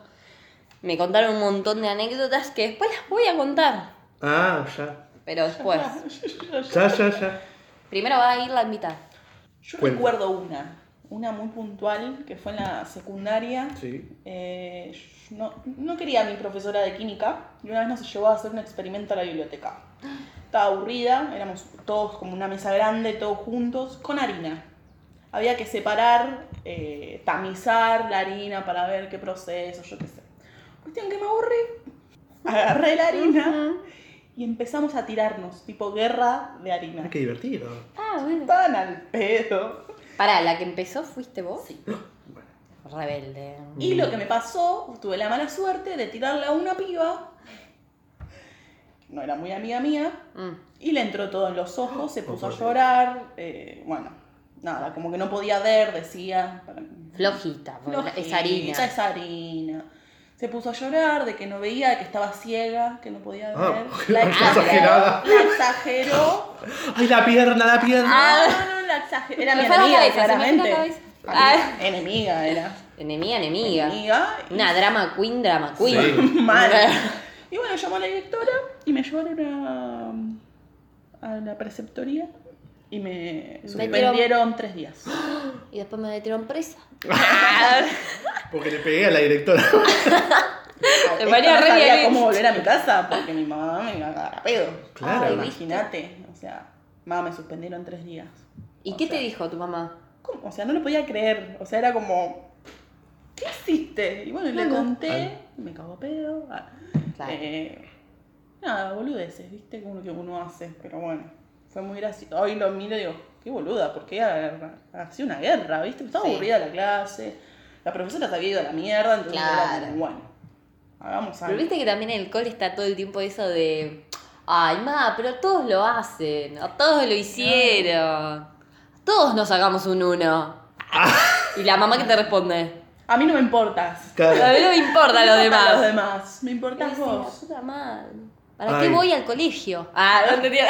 Speaker 1: Me contaron un montón de anécdotas que después las voy a contar.
Speaker 2: Ah, ya.
Speaker 1: Pero después.
Speaker 2: Ya, ya, ya.
Speaker 1: Primero va a ir la invitada.
Speaker 3: Yo
Speaker 2: Cuenta.
Speaker 3: recuerdo una, una muy puntual, que fue en la secundaria.
Speaker 2: Sí.
Speaker 3: Eh, yo no, no quería a mi profesora de química y una vez nos llevó a hacer un experimento a la biblioteca. Estaba aburrida, éramos todos como una mesa grande, todos juntos, con harina. Había que separar, eh, tamizar la harina para ver qué proceso, yo qué sé. Cuestión que me aburrí. Agarré la harina y empezamos a tirarnos, tipo guerra de harina.
Speaker 2: Ah, qué divertido.
Speaker 1: Ah, bueno.
Speaker 3: Estaban al pedo.
Speaker 1: Pará, la que empezó fuiste vos. Sí.
Speaker 2: Bueno.
Speaker 1: Rebelde.
Speaker 3: Y
Speaker 2: Mm.
Speaker 3: lo que me pasó, tuve la mala suerte de tirarle a una piba. no era muy amiga mía,
Speaker 1: Mm.
Speaker 3: y le entró todo en los ojos, se
Speaker 2: Oh,
Speaker 3: puso
Speaker 2: por
Speaker 3: a
Speaker 2: Dios.
Speaker 3: llorar, eh, bueno, nada, como que no podía ver, decía. para-
Speaker 1: Flojita, porque
Speaker 3: Flojita,
Speaker 1: es harina.
Speaker 3: Es harina. Se puso a llorar de que no veía, que estaba ciega, que no podía ver.
Speaker 2: Ah,
Speaker 1: exagerada.
Speaker 3: La exageró.
Speaker 2: ¡Ay, la pierna, la pierna!
Speaker 1: Ah.
Speaker 3: No, no, la exageró. Era
Speaker 1: Me
Speaker 3: mi
Speaker 1: fue la
Speaker 3: enemiga,
Speaker 1: cabeza, se me fue la
Speaker 3: claramente.
Speaker 1: cabeza. Ah.
Speaker 3: Enemiga era.
Speaker 1: Enemiga, enemiga.
Speaker 3: Enemiga. y-
Speaker 1: Una drama queen, drama queen.
Speaker 2: Sí.
Speaker 3: Mal. Y bueno, llamó a la directora y me llevaron a, a la preceptoría y me suspendieron tres días.
Speaker 1: Y después me metieron presa.
Speaker 3: Ah.
Speaker 2: Porque le pegué a la directora.
Speaker 1: Te
Speaker 3: Esto
Speaker 1: ponía
Speaker 3: no
Speaker 1: re
Speaker 3: sabía
Speaker 1: bien.
Speaker 3: cómo volver a mi casa porque mi mamá me agarra pedo.
Speaker 2: Claro.
Speaker 3: Ah,
Speaker 2: ¿viste?
Speaker 3: Imagínate. O sea, mamá me suspendieron tres días.
Speaker 1: ¿Y
Speaker 3: O
Speaker 1: qué
Speaker 3: sea,
Speaker 1: te dijo tu mamá?
Speaker 3: ¿cómo? O sea, no lo podía creer. O sea, era como, ¿qué hiciste? Y bueno, le
Speaker 1: Bueno.
Speaker 3: conté,
Speaker 2: Ay.
Speaker 3: y me cagó pedo. Ah.
Speaker 1: Claro.
Speaker 3: Eh, nada, boludeces, ¿viste? Como que uno hace, pero bueno. Fue muy gracioso. Hoy lo miro y digo, qué boluda, ¿por qué agarra- hacía una guerra, viste? Me estaba
Speaker 1: Sí.
Speaker 3: aburrida la clase. La profesora se había ido a la mierda, entonces era
Speaker 1: Claro.
Speaker 3: como, bueno, hagamos
Speaker 1: Pero
Speaker 3: algo.
Speaker 1: viste que también en el cole está todo el tiempo eso de. Ay, ma, pero todos lo hacen. A todos lo hicieron. Todos nos sacamos un uno.
Speaker 2: Ah.
Speaker 1: Y la mamá que te responde.
Speaker 3: A mí no me importas.
Speaker 1: A
Speaker 2: Claro.
Speaker 1: mí no me importa
Speaker 3: Me
Speaker 1: lo
Speaker 3: importan
Speaker 1: demás.
Speaker 3: Los demás. Me
Speaker 1: Y
Speaker 3: importas
Speaker 1: dice, "La
Speaker 3: vos.
Speaker 1: puta madre, ¿Para
Speaker 2: Ay.
Speaker 1: qué voy al colegio? Ah, no entendía.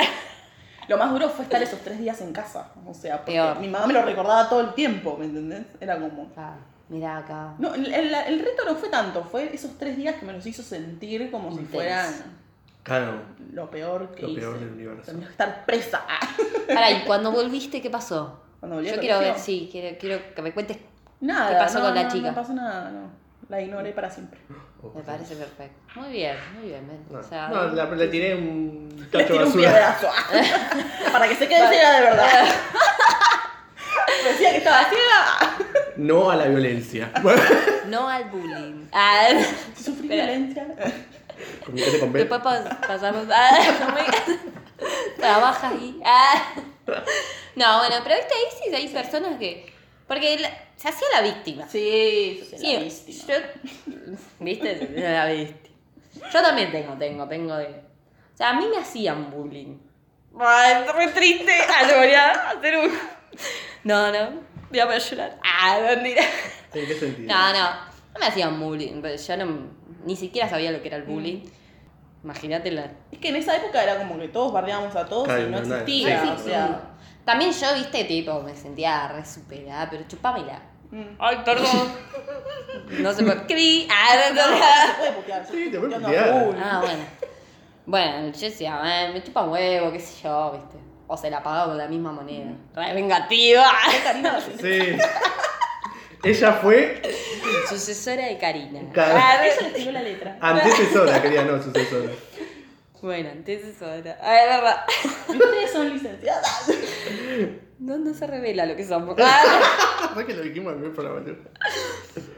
Speaker 3: Lo más duro fue estar esos tres días en casa. O sea, porque
Speaker 1: Peor.
Speaker 3: mi mamá me lo recordaba todo el tiempo, ¿me entendés? Era como.
Speaker 1: Ah, mirá acá.
Speaker 3: No, el, el- el reto no fue tanto, fue esos tres días que me los hizo sentir como si
Speaker 1: Intenso.
Speaker 3: fueran
Speaker 2: Claro.
Speaker 3: lo peor que
Speaker 2: Lo
Speaker 3: hice.
Speaker 2: peor del universo.
Speaker 3: Terminé de estar presa.
Speaker 1: Pará, ¿y cuando volviste qué pasó?
Speaker 3: Cuando volví
Speaker 1: Yo
Speaker 3: al
Speaker 1: quiero
Speaker 3: colegio,
Speaker 1: ver, sí, quiero, quiero que me cuentes.
Speaker 3: Nada.
Speaker 1: ¿Qué pasó
Speaker 3: no,
Speaker 1: con la
Speaker 3: no,
Speaker 1: chica?
Speaker 3: No pasó nada, no. La ignoré para siempre.
Speaker 1: Me parece perfecto. Muy bien, muy bien. ven.
Speaker 2: No,
Speaker 1: O sea,
Speaker 2: no, la- le tiré un
Speaker 3: Le
Speaker 2: cacho de
Speaker 3: tiré un
Speaker 2: basura.
Speaker 3: piedrazo. para que se quede ciega de verdad. Decía que estaba ciega.
Speaker 2: No a la violencia.
Speaker 1: no al bullying. Ah,
Speaker 3: Sufrí
Speaker 1: Espera.
Speaker 3: violencia.
Speaker 2: Comunicate con Bel.
Speaker 1: después pas- pasamos. Ah, no me- Trabaja ahí. Ah. No, bueno, pero viste ahí sí hay personas que. Porque la- se hacía la víctima.
Speaker 3: Sí, soy
Speaker 1: Sí,
Speaker 3: la víctima.
Speaker 1: yo- ¿Viste? La viste. Yo también tengo, tengo, tengo de. O sea, a mí me hacían bullying. Ay, es re triste. Ah, yo voy a hacer un. No, no. Voy a poder llorar. Ah, mentira.
Speaker 2: ¿En qué sentido?
Speaker 1: No, no. No me hacían bullying. pero Yo no, ni siquiera sabía lo que era el bullying. Imagínate la.
Speaker 3: Es que en esa época era como que todos bardeábamos a todos
Speaker 2: Claro,
Speaker 3: y no
Speaker 2: no, no,
Speaker 3: existía.
Speaker 2: sí,
Speaker 3: o sea,
Speaker 1: También yo, viste, tipo, me sentía re superada, pero chupámela.
Speaker 3: mm.
Speaker 1: Ay, perdón. No se puede. Cri. Ah, no, no, no.
Speaker 3: se puede putear.
Speaker 2: Sí, te puede
Speaker 3: Puteando a
Speaker 2: putear.
Speaker 3: full.
Speaker 1: Ah, bueno. Bueno, yo decía, "Eh, me chupa un huevo, qué sé yo, viste. O se la pagaba con la misma moneda. Re vengativa.
Speaker 3: Qué Karina, ella
Speaker 2: Sí. Ella fue
Speaker 1: Sucesora de Karina.
Speaker 2: Claro.
Speaker 1: Ah,
Speaker 3: le
Speaker 1: re-
Speaker 3: escribió la letra.
Speaker 2: antecesora, querida, no sucesora.
Speaker 1: Bueno, antecesora. Ah, es verdad.
Speaker 3: Y Ustedes son licenciadas.
Speaker 1: No, no se revela lo que somos. Ah,
Speaker 2: ¿Sabes que lo dijimos al mismo programa?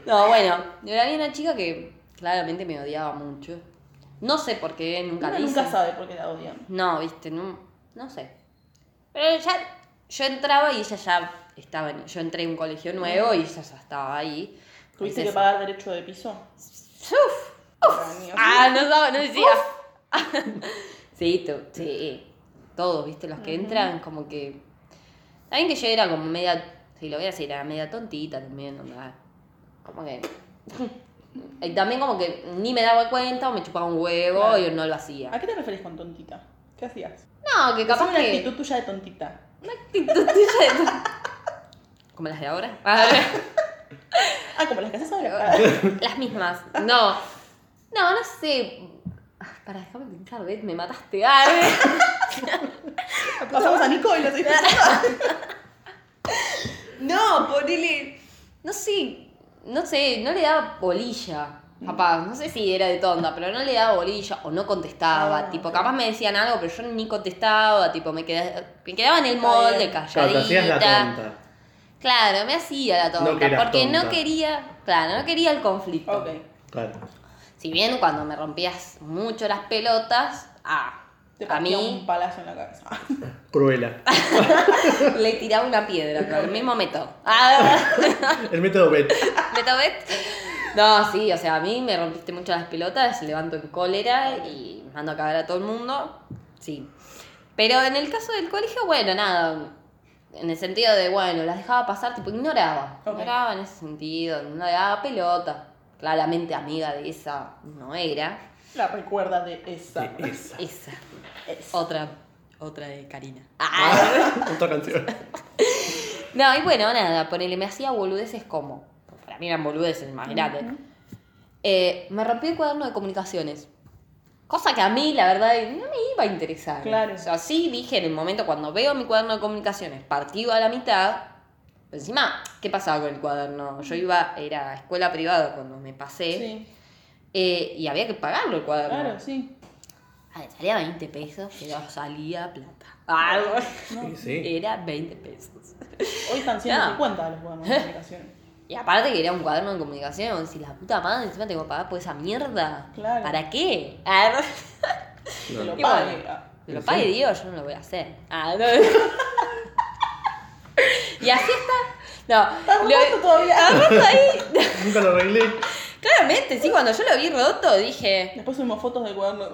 Speaker 1: No, bueno. Yo había una chica que claramente me odiaba mucho. No sé por qué, nunca
Speaker 3: Uno
Speaker 1: lo
Speaker 3: nunca
Speaker 1: hice.
Speaker 3: sabe por qué la odian.
Speaker 1: No, viste, no, no sé. Pero ya, yo entraba y ella ya estaba en- Yo entré en un colegio nuevo y ella ya estaba ahí.
Speaker 3: ¿Tuviste que
Speaker 1: Entonces,
Speaker 3: pagar derecho de piso?
Speaker 1: ¡Uf!
Speaker 3: Por
Speaker 1: Ah, no sab- no decía. sí, tú, sí. Todos, viste, los que entran, como que. También que yo era como media. Si lo voy a decir, era media tontita también, onda. Como que. Y también como que ni me daba cuenta o me chupaba un huevo
Speaker 3: Claro. Ah,
Speaker 1: y no lo
Speaker 3: ¿A
Speaker 1: hacía.
Speaker 3: qué te refieres con tontita? ¿Qué hacías?
Speaker 1: No, que capaz
Speaker 3: Capaz una
Speaker 1: que.
Speaker 3: actitud tuya de tontita.
Speaker 1: Una actitud tuya de ton- Como las de ahora. Ah.
Speaker 3: Ah, como las que haces ahora. Ah,
Speaker 1: Las mismas. No. No, no sé. Para déjame pensar, ¿ves? Me mataste. Ah,
Speaker 3: Ah. Pasamos a Nico y lo estoy pensando.
Speaker 1: no, ponele. No sé. No sé, no le daba bolilla.
Speaker 3: Mm.
Speaker 1: Capaz, no sé si era de tonda, pero no le daba bolilla o no contestaba.
Speaker 3: Ah,
Speaker 1: tipo,
Speaker 3: ok.
Speaker 1: capaz me decían algo, pero yo ni contestaba. Tipo, me quedaba, me quedaba en el
Speaker 3: Está bien.
Speaker 1: molde,
Speaker 2: Claro, te hacías la
Speaker 1: calladita.
Speaker 2: tonta.
Speaker 1: Claro, me hacía la tonta.
Speaker 2: No que eras
Speaker 1: porque no
Speaker 2: tonta.
Speaker 1: quería. Claro, no quería el conflicto.
Speaker 3: Ok.
Speaker 2: Claro.
Speaker 1: Si bien cuando me rompías mucho las pelotas, ah,
Speaker 3: Te
Speaker 1: a
Speaker 3: partí un
Speaker 1: mí
Speaker 3: palazo en la cabeza.
Speaker 2: Cruela.
Speaker 1: le tiraba una piedra con el mismo método. Ah,
Speaker 2: El método Bet.
Speaker 1: método Bet. No, sí, o sea, a mí me rompiste mucho las pelotas, levanto en cólera y mando a cagar a todo el mundo. Sí. Pero en el caso del colegio, bueno, nada. En el sentido de, bueno, las dejaba pasar, tipo, ignoraba.
Speaker 3: Ok.
Speaker 1: Ignoraba en ese sentido, no le daba pelota. Claramente amiga de esa no era.
Speaker 3: La recuerda de esa.
Speaker 2: De esa.
Speaker 1: Esa.
Speaker 3: Es.
Speaker 1: Otra. Ah, Otra de Karina.
Speaker 2: Otra canción.
Speaker 1: No, y bueno, nada, ponele, me hacía boludeces como. Para mí eran boludeces, imagínate. Eh, me rompí el cuaderno de comunicaciones. Cosa que a mí, la verdad, no me iba a interesar.
Speaker 3: Claro.
Speaker 1: O sea, sí dije en el momento cuando veo mi cuaderno de comunicaciones partido a la mitad. Pero encima, ¿qué pasaba con el cuaderno? Yo iba, era a escuela privada cuando me pasé.
Speaker 3: Sí,
Speaker 1: eh, y había que pagarlo el cuaderno.
Speaker 3: claro, sí.
Speaker 1: A ver, salía 20 pesos, pero salía plata. Ah,
Speaker 2: Sí, sí.
Speaker 1: Era 20 pesos.
Speaker 3: Hoy están 150 los juegos de comunicación.
Speaker 1: Y aparte que era un cuaderno de comunicación, si la puta madre encima tengo que pagar por esa mierda.
Speaker 3: Claro.
Speaker 1: ¿Para qué? Ah, no.
Speaker 3: Que lo
Speaker 1: Y
Speaker 3: pague.
Speaker 1: bueno.
Speaker 3: Ah,
Speaker 1: Que lo
Speaker 2: Sí.
Speaker 1: pague Dios, yo no lo voy a hacer. Ah, no. y así está. No.
Speaker 3: ¿Estás
Speaker 1: Lo,
Speaker 3: jugando todavía?
Speaker 1: roto ahí.
Speaker 2: Nunca lo arreglé.
Speaker 1: Claramente, sí, cuando yo lo vi roto dije.
Speaker 3: Después subimos fotos del cuaderno de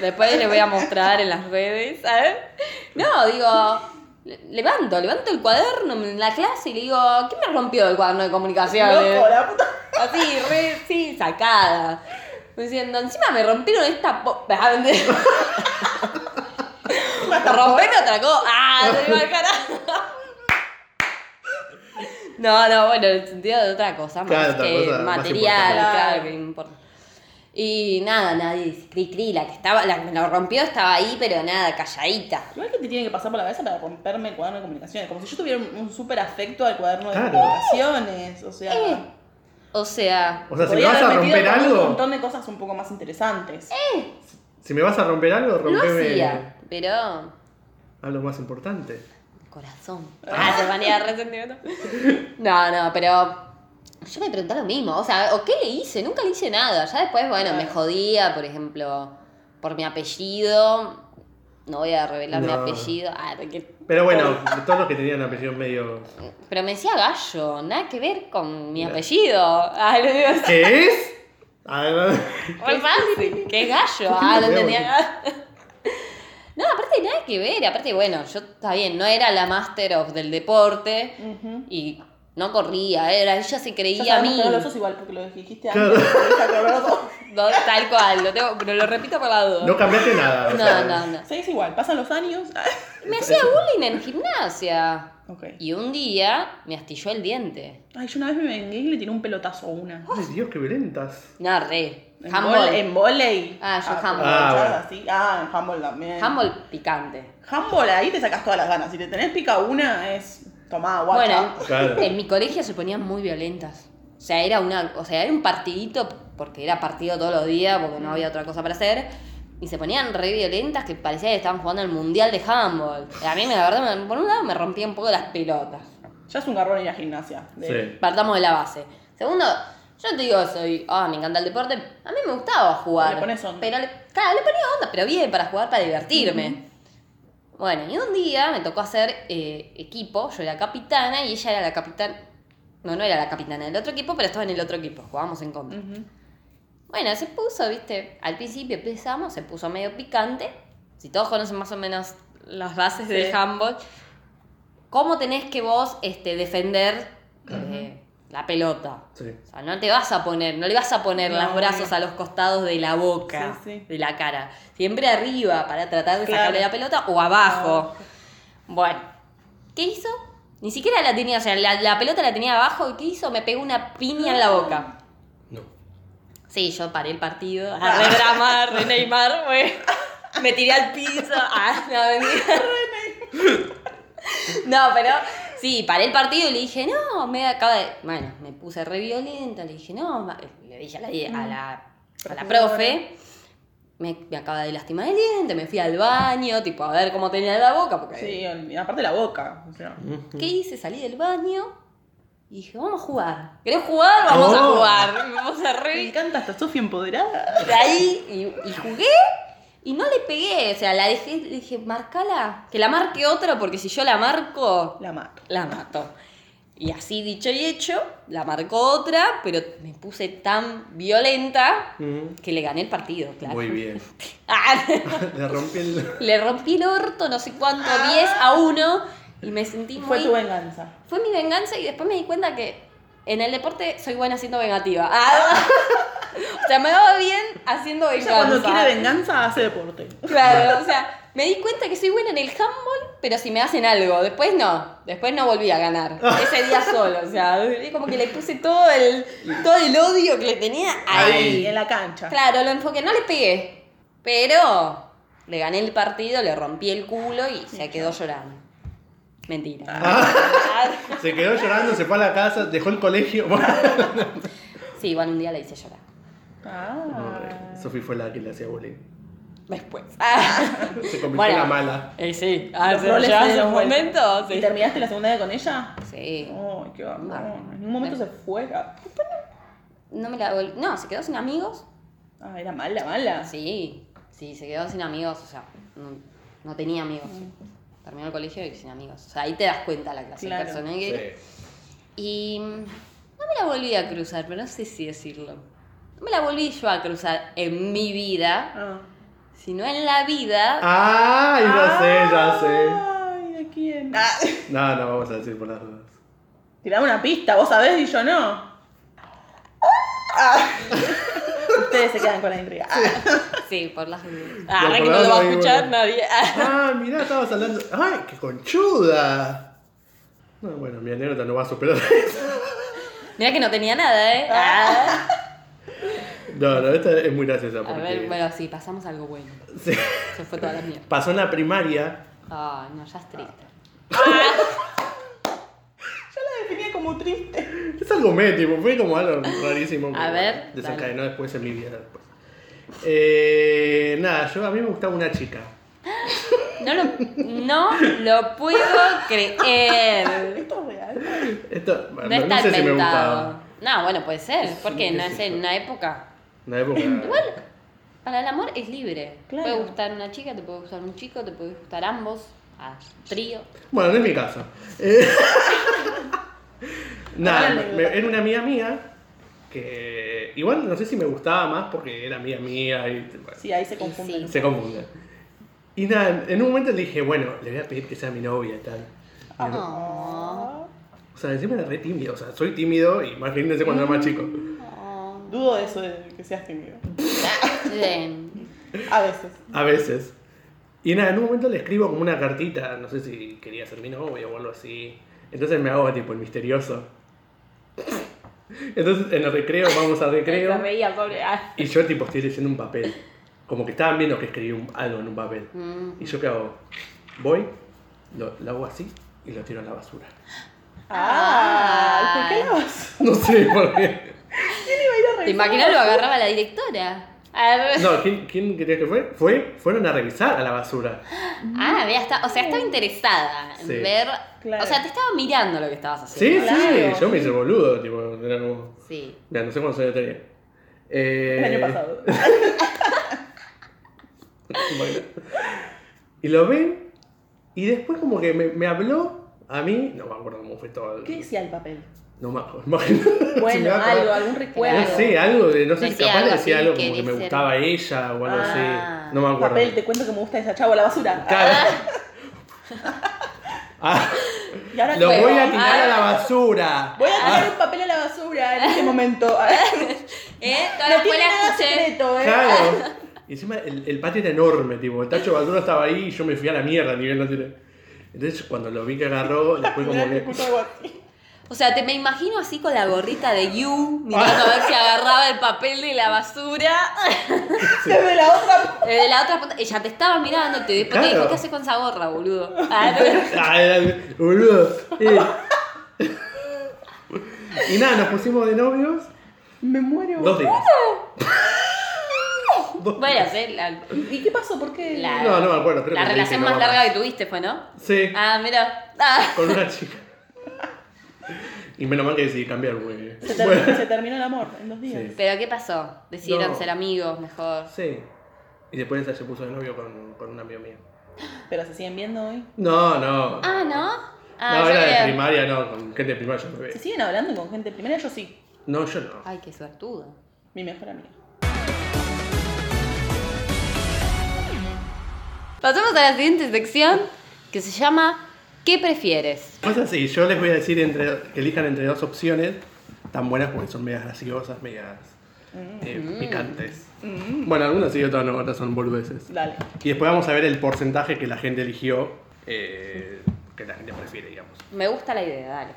Speaker 1: Después le voy a mostrar en las redes. A ver. No, digo. le- Levanto, levanto el cuaderno en la clase y le digo, ¿quién me rompió el cuaderno de comunicaciones?
Speaker 3: Loco, la puta.
Speaker 1: Así, re, sí, sacada. Diciendo, encima me rompieron esta po... Ah, ¿me entendés? Rompeme otra cosa. Ah, se iba al carajo. No, no, bueno, en el sentido de otra cosa más
Speaker 2: Claro, otra
Speaker 1: que
Speaker 2: cosa más
Speaker 1: material,
Speaker 3: importante.
Speaker 1: claro, que importa. Y nada, nadie dice, cri cri, la que estaba, la que me lo rompió estaba ahí, pero nada, calladita.
Speaker 3: Igual que te tiene que pasar por la cabeza para romperme el cuaderno de comunicaciones. Como si yo tuviera un, un súper afecto al cuaderno de
Speaker 2: Claro.
Speaker 3: comunicaciones. O sea,
Speaker 1: Eh, O sea,
Speaker 2: O sea, si me
Speaker 3: podría
Speaker 2: vas a
Speaker 3: haber metido
Speaker 2: romper
Speaker 3: por mí un
Speaker 2: algo,
Speaker 3: montón de cosas un poco más interesantes.
Speaker 1: Eh.
Speaker 2: si me vas a romper algo,
Speaker 1: lo
Speaker 2: rompeme
Speaker 1: hacía, pero
Speaker 2: algo más importante.
Speaker 1: Corazón. Ah, se manía resentimiento. No, no, pero yo me preguntaba lo mismo. O sea, ¿o qué le hice? Nunca le hice nada. Ya después, bueno, me jodía, por ejemplo, por mi apellido. No voy a revelar mi
Speaker 2: No.
Speaker 1: apellido. Ah, de que-
Speaker 2: Pero bueno, todos los que tenían apellidos medio.
Speaker 1: Pero me decía gallo, nada que ver con mi apellido. Ah, lo digo así.
Speaker 2: ¿Qué es? Ah,
Speaker 1: Muy fácil. ¿Qué gallo? Ah, lo entendía. No, aparte nada que ver. Aparte, bueno, yo está bien, no era la master of del deporte.
Speaker 3: Ujú.
Speaker 1: Y no corría, era, ella se
Speaker 3: Ya
Speaker 1: creía a
Speaker 3: sabemos
Speaker 1: mí.
Speaker 3: que no lo sos igual porque lo dijiste
Speaker 2: Claro.
Speaker 3: antes. pero ya te acuerdo.
Speaker 1: No, tal cual, lo tengo, pero lo repito por la duda.
Speaker 2: no cambiaste nada. o
Speaker 1: no,
Speaker 2: sea,
Speaker 1: no. no.
Speaker 3: Se dice igual, pasan los años.
Speaker 1: Me hacía bullying en gimnasia.
Speaker 3: ok.
Speaker 1: Y un día me astilló el diente.
Speaker 3: Ay, yo una vez me vengué y le tiré un pelotazo a una.
Speaker 2: Ay, Dios, qué violentas.
Speaker 1: No, re.
Speaker 3: En, vol-
Speaker 1: Handball.
Speaker 3: en volei.
Speaker 1: Ah, yo handball.
Speaker 2: Ah,
Speaker 3: Ah,
Speaker 2: bueno.
Speaker 3: así. ah, en handball también.
Speaker 1: Handball picante.
Speaker 3: Handball, ahí te sacas todas las ganas. Si te tenés pica una, es tomá agua.
Speaker 1: Bueno,
Speaker 2: Claro.
Speaker 1: en mi colegio se ponían muy violentas. O sea, era una, o sea, era un partidito, porque era partido todos los días, porque no había otra cosa para hacer. Y se ponían re violentas que parecía que estaban jugando el mundial de handball. A mí, la verdad, me- por un lado me rompía un poco las pelotas.
Speaker 3: Ya es un garrón ir a gimnasia. de-
Speaker 2: Sí.
Speaker 1: Partamos de la base. Segundo, yo no te digo, soy, ah, me encanta el deporte. A mí me gustaba jugar.
Speaker 3: Le pones onda.
Speaker 1: Pero le, claro, le ponía onda, pero bien, para jugar, para divertirme. Bueno, y un día me tocó hacer eh, equipo. Yo era capitana y ella era la capitana. No, no era la capitana del otro equipo, pero estaba en el otro equipo. Jugábamos en contra.
Speaker 3: Ujú.
Speaker 1: Bueno, se puso, viste, al principio empezamos, se puso medio picante. Si todos conocen más o menos las bases
Speaker 3: Sí.
Speaker 1: del handball, ¿cómo tenés que vos este, defender eh, la pelota?
Speaker 2: Sí.
Speaker 1: O sea, no te vas a poner, no le vas a poner
Speaker 3: No.
Speaker 1: los brazos a los costados de la boca,
Speaker 3: Sí, sí.
Speaker 1: de la cara. Siempre arriba para tratar de
Speaker 3: Claro.
Speaker 1: sacarle la pelota o abajo. Bueno, ¿qué hizo? Ni siquiera la tenía, o sea, la, la pelota la tenía abajo y ¿qué hizo? Me pegó una piña en la boca.
Speaker 2: No.
Speaker 1: Sí, yo paré el partido. Ah, re drama, re Neymar, güey. Me tiré al piso. Ah, no, mentira. No, pero sí, paré el partido y le dije, no, me acaba de. Bueno, me puse re violenta, le dije, no, ma- le dije a la, a la, a la profe, me, me acaba de lastimar el diente, me fui al baño, tipo, a ver cómo tenía la boca, porque
Speaker 3: Sí, el- aparte la boca. O sea,
Speaker 1: ¿Qué hice? Salí del baño y dije, vamos a jugar. ¿Querés jugar? Vamos a
Speaker 2: Oh.
Speaker 1: jugar. Vamos a re
Speaker 3: me encanta esta Sofía empoderada.
Speaker 1: de ahí y, y jugué y no le pegué. O sea, la dejé, le dije, marcala, que la marque otro, porque si yo la marco,
Speaker 3: La mato.
Speaker 1: la mato. Y así dicho y hecho, la marcó otra, pero me puse tan violenta
Speaker 2: Mm.
Speaker 1: que le gané el partido, claro.
Speaker 2: Muy bien.
Speaker 1: Ah,
Speaker 2: Le rompí el.
Speaker 1: le rompí el orto, no sé cuánto, 10 a 1, y me sentí muy...
Speaker 3: Ah. Fue tu venganza.
Speaker 1: Fue mi venganza y después me di cuenta que en el deporte soy buena siendo vengativa. Ah. o sea, me va bien haciendo
Speaker 3: Ella
Speaker 1: venganza.
Speaker 3: cuando quiere venganza hace deporte.
Speaker 1: Claro, o sea, me di cuenta que soy buena en el handball, pero si me hacen algo, después no, después no volví a ganar. Ese día solo, o sea, es como que le puse todo el, todo el odio que le tenía
Speaker 3: Ahí,
Speaker 1: ahí.
Speaker 3: en la cancha.
Speaker 1: Claro, lo enfoqué, no le pegué, pero le gané el partido, le rompí el culo y se quedó llorando. Mentira.
Speaker 2: Se quedó llorando, se fue a la casa, dejó el colegio.
Speaker 1: Sí, igual un día la hice llorar.
Speaker 3: Ah.
Speaker 2: Sofi fue la que le hacía bullying.
Speaker 1: Después. Ah.
Speaker 2: Se convirtió
Speaker 1: Bueno.
Speaker 2: en la mala.
Speaker 1: Eh, sí, ah,
Speaker 3: Los
Speaker 1: se
Speaker 3: roles
Speaker 1: lloraba
Speaker 3: se
Speaker 1: en
Speaker 3: dieron
Speaker 1: un
Speaker 3: vuelta.
Speaker 1: momento.
Speaker 3: ¿Y
Speaker 1: Sí.
Speaker 3: terminaste la segunda de con ella?
Speaker 1: Sí.
Speaker 3: Ay, qué bajón.
Speaker 1: Ah.
Speaker 3: En un momento se fue. ah.
Speaker 1: No me la vol- No, se quedó sin amigos.
Speaker 3: Ah, era mala, mala.
Speaker 1: Sí, sí, se quedó sin amigos, o sea, no, no tenía amigos. Terminó el colegio y sin amigos. O sea, ahí te das cuenta la clase
Speaker 3: Claro.
Speaker 1: de persona que era. Y mm, no me la volví a cruzar, pero no sé si decirlo. No me la volví yo a cruzar en mi vida,
Speaker 3: Ah.
Speaker 1: sino en la
Speaker 2: Ah.
Speaker 1: vida.
Speaker 2: Ay,
Speaker 1: Ah.
Speaker 2: ya sé, ya sé.
Speaker 3: Ay, ¿de quién? Ah.
Speaker 2: No, no vamos a decir por las dudas.
Speaker 3: Tirame una pista, vos sabés y yo no. Ah. Ustedes se quedan con la intriga. Ah,
Speaker 1: Sí, por las dudas.
Speaker 2: Ya,
Speaker 1: Ah, re
Speaker 2: por
Speaker 1: que no lo
Speaker 2: las
Speaker 1: va a
Speaker 2: dudas,
Speaker 1: escuchar
Speaker 2: bueno.
Speaker 1: nadie.
Speaker 2: Ah, mirá, estabas hablando. ¡Ay, qué conchuda! No, bueno, mi anécdota no va a superar eso.
Speaker 1: Mira que no tenía nada, ¿eh? Ah.
Speaker 2: No, no, esta es muy graciosa.
Speaker 1: A
Speaker 2: Porque...
Speaker 1: ver, bueno, sí, pasamos algo bueno.
Speaker 2: Sí.
Speaker 1: Se fue toda la mierda.
Speaker 2: Pasó en la primaria.
Speaker 1: Ah, no, ya es triste.
Speaker 3: Yo la definía como triste.
Speaker 2: Es algo mético, fue como algo rarísimo. que
Speaker 1: A ver,
Speaker 2: Desencadenó después en mi vida. Después. Eh, nada, yo a mí me gustaba una chica.
Speaker 1: No lo, no lo puedo creer.
Speaker 3: Esto es real.
Speaker 2: Esto,
Speaker 1: No,
Speaker 2: no, no
Speaker 1: está
Speaker 2: sé si me
Speaker 1: inventado.
Speaker 2: gustaba.
Speaker 1: no, bueno, puede ser, porque
Speaker 2: qué
Speaker 1: no
Speaker 2: sé
Speaker 1: es
Speaker 2: yo.
Speaker 1: en una época.
Speaker 2: Una época.
Speaker 1: Para el amor es libre.
Speaker 3: Claro.
Speaker 1: Puede gustar una chica, te puede gustar un chico, te puede gustar ambos, a trío.
Speaker 2: Bueno, no es mi caso. Eh, Nada,
Speaker 3: Dale,
Speaker 2: me-
Speaker 3: dale.
Speaker 2: era una amiga mía que igual no sé si me gustaba más porque era amiga mía y bueno,
Speaker 3: Sí, ahí se
Speaker 1: Y
Speaker 3: confunden.
Speaker 2: se confunde. Y nada, en un momento le dije, bueno, le voy a pedir que sea mi novia y tal. Ah.
Speaker 1: Oh,
Speaker 3: Ah.
Speaker 2: O sea, encima era re tímido, o sea, soy tímido y imagínense cuando era más chico.
Speaker 1: oh.
Speaker 3: Dudo de eso de que seas tímido.
Speaker 1: Bien.
Speaker 3: A veces.
Speaker 2: A veces. Y nada, en un momento le escribo como una cartita, no sé si quería ser mi novia o algo así. Entonces me hago tipo el misterioso. Entonces en el recreo, vamos al recreo.
Speaker 1: Se reía, pobre. Ah.
Speaker 2: Y yo tipo estoy leyendo un papel. Como que estaban viendo que escribí un- algo en un papel.
Speaker 1: Mm.
Speaker 2: ¿Y yo qué hago? Voy, lo, lo hago así y lo tiro a la basura.
Speaker 3: Ah, ¿por qué no vas?
Speaker 2: No sé por qué.
Speaker 3: ¿Quién iba a ir a
Speaker 1: ¿Te
Speaker 3: revisar?
Speaker 1: imaginas lo agarraba la directora? A ver.
Speaker 2: No, ¿quién, quién crees que fue? Fue, fueron a revisar a la basura.
Speaker 1: Ah, vea, está, o sea, estaba interesada en
Speaker 2: Sí.
Speaker 1: ver.
Speaker 3: Claro.
Speaker 1: O sea, te estaba mirando lo que estabas
Speaker 2: Sí,
Speaker 1: haciendo.
Speaker 3: Claro.
Speaker 2: sí, yo me hice el boludo, tipo, era como.
Speaker 1: Sí.
Speaker 2: Mira, no sé cuándo salió tenía. Eh,
Speaker 3: El año pasado.
Speaker 2: bueno. Y lo ven, y después como que me, me habló a mí, no me acuerdo cómo fue todo. el-
Speaker 3: ¿Qué decía el papel?
Speaker 2: No me acuerdo. imagínate. Se me Ah,
Speaker 3: Bueno,
Speaker 2: va a acordar.
Speaker 3: algo, algún recuerdo.
Speaker 2: No sé, algo de, no sé, si
Speaker 1: Decía
Speaker 2: capaz le
Speaker 1: algo
Speaker 2: decía
Speaker 1: así,
Speaker 2: algo
Speaker 1: que
Speaker 2: como que me
Speaker 1: dice-
Speaker 2: gustaba ella o algo
Speaker 1: Ah.
Speaker 2: así. No me acuerdo.
Speaker 3: Papel, te cuento que me gusta esa chavo a la basura.
Speaker 2: Claro. Ah,
Speaker 3: Y ahora
Speaker 2: lo
Speaker 3: qué?
Speaker 2: voy a tirar a la
Speaker 1: Ah.
Speaker 2: basura.
Speaker 3: Voy a tirar un papel a la basura en este momento. No
Speaker 1: ¿Eh? Toda la escuela
Speaker 3: tiene nada
Speaker 1: escuché.
Speaker 3: secreto, ¿eh?
Speaker 2: Claro. Y encima el, el patio era enorme, tipo, el tacho de basura estaba ahí y yo me fui a la mierda, ni bien lo tiré. Entonces cuando lo vi que agarró, después pues, como
Speaker 3: Mirá que
Speaker 2: que...
Speaker 3: escucho algo así.
Speaker 1: O sea, te me imagino así con la gorrita de You, mirando a ver si agarraba el papel de la basura.
Speaker 3: Desde la otra.
Speaker 1: Eh, De la otra punta. Ella te estaba mirando, te después te
Speaker 2: Claro.
Speaker 1: dijo, ¿qué haces con esa gorra, boludo? Ah, no.
Speaker 2: Ay, ay, boludo. Eh. Y nada, nos pusimos de novios
Speaker 3: Me muero.
Speaker 2: dos días. Dos-
Speaker 1: Bueno, sí, la,
Speaker 3: ¿Y qué pasó? ¿Por qué?
Speaker 1: la-
Speaker 2: No, no me acuerdo, creo
Speaker 1: la
Speaker 2: que me
Speaker 1: relación
Speaker 2: dije, no
Speaker 1: más
Speaker 2: va
Speaker 1: larga
Speaker 2: más.
Speaker 1: que tuviste fue, ¿no?
Speaker 2: Sí.
Speaker 1: Ah, mira. Ah.
Speaker 2: con una chica. Y menos mal que decidí cambiar, porque.
Speaker 3: Se, ter- se terminó el amor en dos días.
Speaker 2: Sí.
Speaker 1: Pero ¿qué pasó? Decidieron
Speaker 2: No.
Speaker 1: ser amigos mejor.
Speaker 2: Sí. Y después ella se puso de novio con, con un amigo mío.
Speaker 3: Pero se siguen viendo hoy.
Speaker 2: No, no.
Speaker 1: Ah, ¿no? Ah,
Speaker 2: no,
Speaker 1: yo
Speaker 2: era de
Speaker 1: quería-
Speaker 2: primaria, no, con gente de primaria yo no
Speaker 3: ¿Se
Speaker 2: veía.
Speaker 3: siguen hablando con gente de primera? Yo sí,
Speaker 2: No, yo no.
Speaker 1: Ay, qué suertudo.
Speaker 3: mi mejor amiga.
Speaker 1: Pasamos a la siguiente sección que se llama ¿Qué prefieres?
Speaker 2: Pues así, yo les voy a decir entre, que elijan entre dos opciones tan buenas porque son medias graciosas, medias eh,
Speaker 1: Mm.
Speaker 2: picantes. Bueno, algunas sí, otras no, otras son boludeces.
Speaker 3: Dale.
Speaker 2: Y después vamos a ver el porcentaje que la gente eligió, eh, que la gente prefiere, digamos.
Speaker 1: Me gusta la idea, dale.